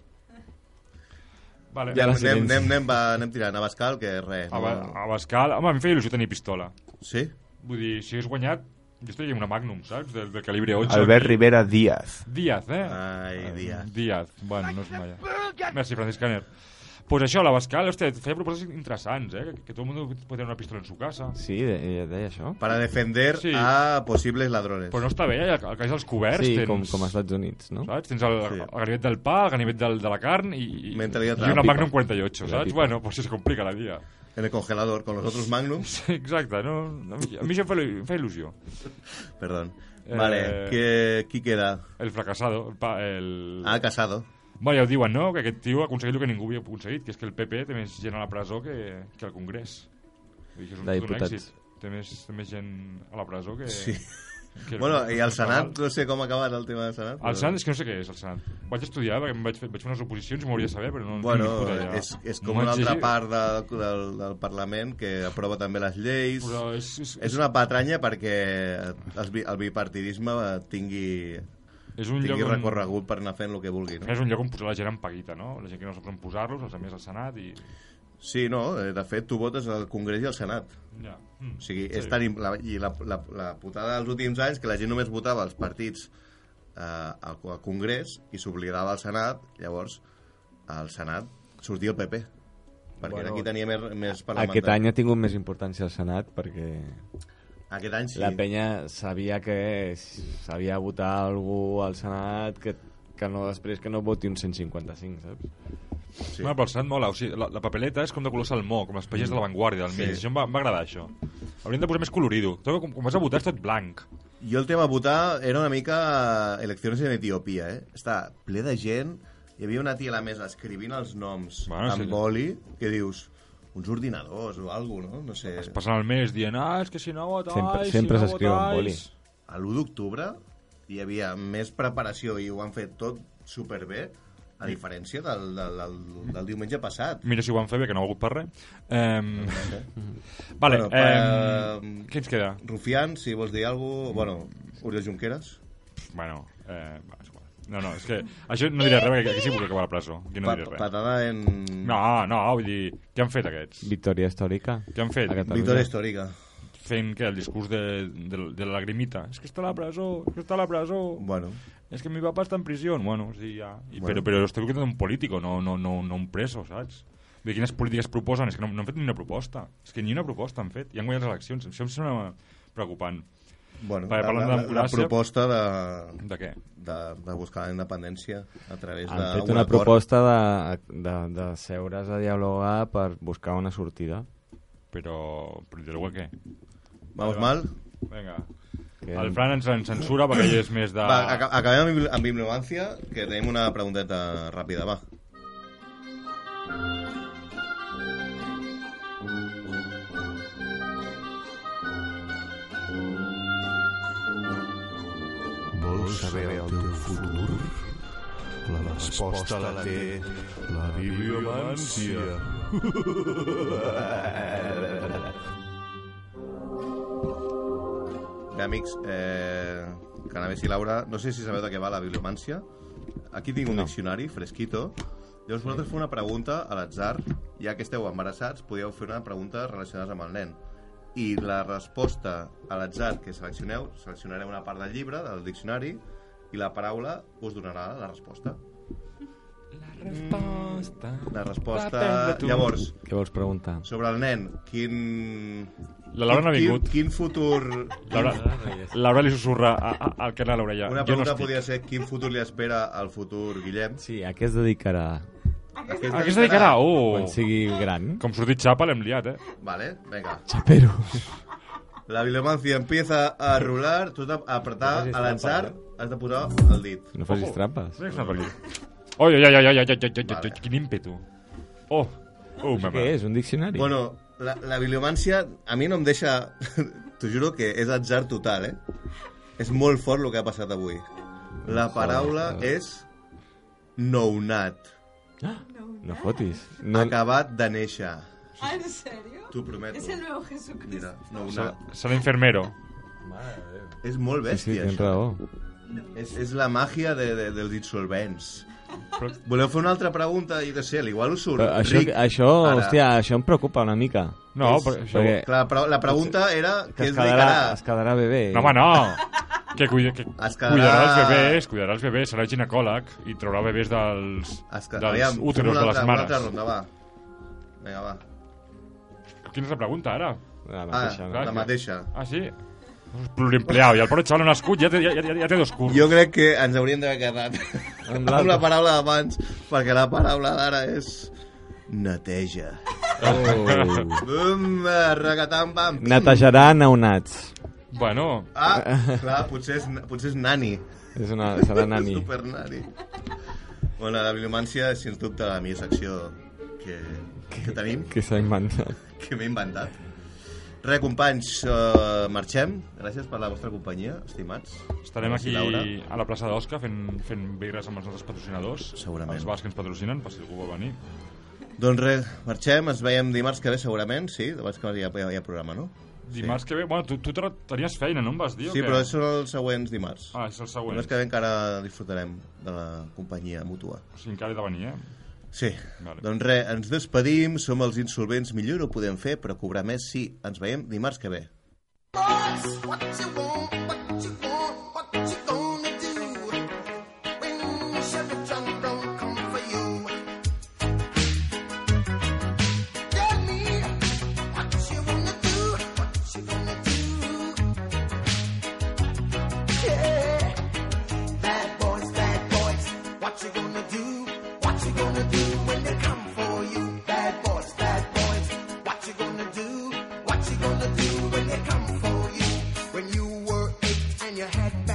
S3: Vale.
S2: Ja,
S4: Ara
S2: anem,
S4: silenci.
S2: anem, anem, va, anem tirant. Abascal, que res.
S3: A, Ba-
S2: No...
S3: a Bascal, home, a mi em feia il·lusió tenir pistola.
S2: Sí?
S3: Vull dir, si hagués guanyat, jo estaria amb una Magnum, saps? Del, del calibre 8.
S5: Albert Rivera Díaz.
S3: Díaz, eh?
S2: Ai, Díaz.
S3: Díaz. Bueno, no és Maya. Merci, Francis Caner. Pues això, la Bascal, hòstia, feia propostes interessants, eh? Que, que tot el món pot tenir una pistola en su casa.
S4: Sí, de, ella deia això?
S2: Para defender
S3: Sí.
S2: a posibles ladrones.
S3: Però no està bé, eh? Al al cas dels coberts
S4: Sí,
S3: tens...
S4: com, com als Estats Units, no?
S3: Saps? Tens el,
S2: Sí.
S3: el ganivet del pa, el ganivet del, de la carn i, i, i
S2: Mentalitat de la
S3: una
S2: pipa.
S3: Magnum 48,
S4: La
S3: saps?
S4: pipa.
S3: Bueno, pues se complica la vida.
S2: En el congelador, con los
S3: Pues-
S2: otros magnums.
S3: Sí, exacte, no, no, a mi això em fa, il- em fa il·lusió.
S2: Perdón.
S3: Eh.
S2: Vale, ¿qué, ¿qué queda?
S3: El fracassado, el... Pa, el...
S2: Ah, casado.
S3: Bueno, ja ho diuen, no? Que aquest tio ha aconseguit el que ningú havia aconseguit, que és que el PP té més gent a la presó que, que al Congrés. Vull dir que és un,
S4: De
S3: tot un
S4: diputats.
S3: èxit. Té més, té més gent a la presó que...
S2: Sí.
S3: que
S2: Bueno, y al
S3: Senat.
S2: Sanat, no sé cómo acabar el tema del Sanat.
S3: El
S2: però-
S3: Senat és que no sé què és, el Senat. Vaig estudiar, perquè em vaig, fer, vaig fer unes oposicions i m'ho hauria de saber, però no en
S2: Bueno,
S3: tinc ni puta idea.
S2: és, és com
S3: M'ho
S2: una
S3: vaig
S2: altra
S3: llegir,
S2: part de, del, del Parlament que aprova també les lleis.
S3: Però és, és,
S2: És una patranya perquè el, bi- el bipartidisme eh, tingui,
S3: és un lloc
S2: tingui
S3: on,
S2: recorregut per anar fent el que vulgui. No?
S3: és un lloc on posar la gent en paguita, no? La gent que no sap on posar-los, els envies al Senat i...
S2: Sí, no, eh, de fet tu votes al Congrés i al Senat.
S3: Ja. Mm.
S2: O sigui, és tan, im- la, i la, la, la putada dels últims anys que la gent només votava els partits eh, al, al Congrés i s'oblidava al Senat, llavors al Senat sortia el PP perquè
S4: Bueno,
S2: bueno, aquí tenia més, més parlamentari.
S4: Aquest any ha tingut més importància el Senat perquè
S2: Aquest any
S4: sí.
S2: sí.
S4: la penya sabia que s'havia de votar algú al Senat que, que no després que no voti un 155, saps?
S2: Sí.
S3: Bueno, però el Sant mola, o sigui, la, la papeleta és com de color salmó, com les pagès de l'avantguàrdia del
S2: Sí.
S3: mig. Això em va, em va agradar, això. Hauríem de posar més colorido. Tot, com, com vas a votar, és tot blanc.
S2: Jo el tema votar era una mica eleccions en Etiòpia, eh? Està ple de gent, hi havia una tia a la mesa escrivint els noms
S3: Bueno,
S2: bueno, amb
S3: sí.
S2: sí. boli, que dius, uns ordinadors o alguna no? No sé.
S3: Es passen el mes dient, ah, és que si no votais...
S4: Sempre-
S3: si
S4: sempre
S3: no
S4: s'escriu amb boli.
S3: votais".
S2: A l'1 d'octubre hi havia més preparació i ho han fet tot superbé, a diferència del, del, del, del diumenge passat.
S3: Mira si ho van fer bé, que no ha hagut per res. Um,
S2: sé.
S3: vale,
S2: Bueno,
S3: bueno,
S2: per-
S3: um, què ens queda?
S2: Rufián, si vols dir alguna cosa... Bueno, Oriol Junqueras.
S3: Bueno, eh, va, és igual. No, no, és que això no diré res, perquè aquí sí que puc acabar a la presó. Aquí no
S2: Pa-
S3: diré res.
S2: patada en...
S3: No, no, vull dir, què han fet aquests?
S4: Victòria històrica.
S3: Què han fet?
S4: A Catalunya.
S2: Victoria històrica.
S3: Fent què? El discurs de, de, de la lagrimita. És que està a la presó, és que està a la presó.
S2: Bueno,
S3: Es que mi papá está en prisión. Bueno, sí, ya. I-
S2: Bueno.
S3: Però, però estic contando un político, no, no, no, no un preso, saps? Vull dir, quines polítiques proposen? És que no, no han fet ni una proposta. És que ni una proposta han fet. I han guanyat les eleccions. Això em sembla preocupant.
S2: Bueno,
S3: Vale,
S2: la,
S3: parlant
S2: la,
S3: de
S2: la, la
S3: democràcia-
S2: proposta de,
S3: De què?
S2: de, de buscar la independència a través
S4: Han
S2: d'un
S4: fet una
S2: acord.
S4: proposta de, de, de seure's a dialogar per buscar una sortida.
S3: Però, però dir-ho a què?
S2: Vamos mal?
S3: Vinga.
S4: Que
S3: El Fran ens en censura perquè ell és més de...
S2: Va, aca acabem amb, bibli- amb bibliomància, que tenim una pregunteta ràpida, va.
S7: Vols saber el teu futur? La resposta la té la bibliomància.
S2: Bé, amics, eh, Cannabis i Laura, no sé si sabeu de què va la bibliomància. Aquí tinc un diccionari, fresquito. Llavors vosaltres feu una pregunta a l'atzar, ja que esteu embarassats, podeu fer una pregunta relacionada amb el nen. i la resposta a l'atzar que seleccioneu, seleccionareu una part del llibre, del diccionari, i la paraula us donarà la resposta. Mm.
S8: Resposta.
S2: La resposta... Llavors,
S4: Què vols preguntar?
S2: sobre el nen, quin...
S3: La Laura no ha
S2: quin-
S3: vingut.
S2: Quin futur...
S3: Laura, Laura li sussurra a- a- al que era a l'orella.
S2: Una
S3: Jo no
S2: pregunta
S3: estic.
S2: podria ser quin futur li espera al futur Guillem.
S4: Sí, a què es dedicarà?
S3: A què es dedicarà? Oh!
S4: Quan sigui gran?
S3: Com sortit xapa l'hem liat, eh?
S2: Vale, venga.
S4: Xapero.
S2: La bibliomancia empieza a rular, tu has d'apretar a l'atzar, has de posar el dit.
S4: No facis trampes.
S3: Vés-ne per aquí. Oi, oi, oi, oi, oi, oi, oi, oi, oi,
S2: Vale.
S3: quin ímpetu. Oh, oh, mama.
S4: Què és? Un diccionari?
S2: Bueno, la, la bibliomància a mi no em deixa... T'ho juro que és atzar total, eh? És molt fort el que ha passat avui. La paraula és nounat,
S4: No fotis. No,
S2: acabat de néixer.
S9: Ah, ¿en serio?
S2: T'ho prometo.
S9: Es el nuevo Jesucristo.
S2: Mira, nounat.
S3: Serà infermero.
S2: És molt
S4: sí, sí,
S2: bèstia,
S4: tens
S2: això.
S4: raó.
S2: És, és la màgia de, de, dels dissolvents. Voleu fer una altra pregunta? Jo què sé, igual us surt
S4: Però això,
S2: ric.
S4: això,
S2: ara.
S4: hòstia, això em preocupa una mica.
S3: No,
S2: És-
S3: perquè això...
S4: perquè- eh,
S2: Clar, però la pregunta era
S4: Que
S2: què
S4: es
S2: es
S4: quedarà,
S2: dedicarà.
S4: es quedarà bebè.
S3: No, home, no! Que, cuida, que
S2: Es quedarà-
S3: cuidarà els bebès, cuidarà els bebès, serà ginecòleg i traurà bebès dels,
S2: Es que...
S3: dels
S2: Aviam, fem
S3: Doncs úteros
S2: una
S3: de les
S2: altra, una altra
S3: mares.
S2: ronda, va. Vinga, va.
S3: Quina és la pregunta, ara?
S4: La mateixa,
S2: Ah,
S4: no?
S3: clar.
S2: la mateixa.
S3: Ah, sí? És Pluriempleado, i el pobre xaval no ha nascut, ja té, ja, ja, ja té dos cursos.
S2: Jo crec que ens hauríem d'haver quedat amb,
S4: Amb l'altra.
S2: la paraula d'abans, perquè la paraula d'ara és neteja.
S4: Oh.
S2: Bum, regatam, pam.
S4: Netejaran aunats.
S3: Bueno,
S2: Ah, clar, potser és, potser és nani.
S4: És una, serà nani.
S2: Super nani. Bueno, la bibliomància és, sens dubte, la millor secció que, que tenim,
S4: Que s'ha inventat.
S2: que m'he inventat. Re, companys, uh, marxem. Gràcies per la vostra companyia, estimats.
S3: estarem
S2: Gràcies,
S3: aquí
S2: Laura.
S3: a la plaça d'Osca fent, fent birres amb els nostres patrocinadors.
S2: Segurament.
S3: Els bars que ens patrocinen, per si algú vol venir.
S2: Doncs res, marxem, ens veiem dimarts que ve segurament, sí, dimarts que ve hi ha, hi ha programa, no?
S3: Dimarts que ve... Bueno, tu, tu te- tenies feina, no em vas dir? o
S2: Sí,
S3: què?
S2: però són els següents dimarts.
S3: Ah, és el següent.
S2: Dimarts que ve encara disfrutarem de la companyia mútua.
S3: O sigui, encara he de venir, eh?
S2: Sí,
S3: Vale.
S2: doncs res, ens despedim, som els insolvents, millor no ho podem fer, però cobrar més sí. Ens veiem dimarts que ve.
S10: When you were eight and you had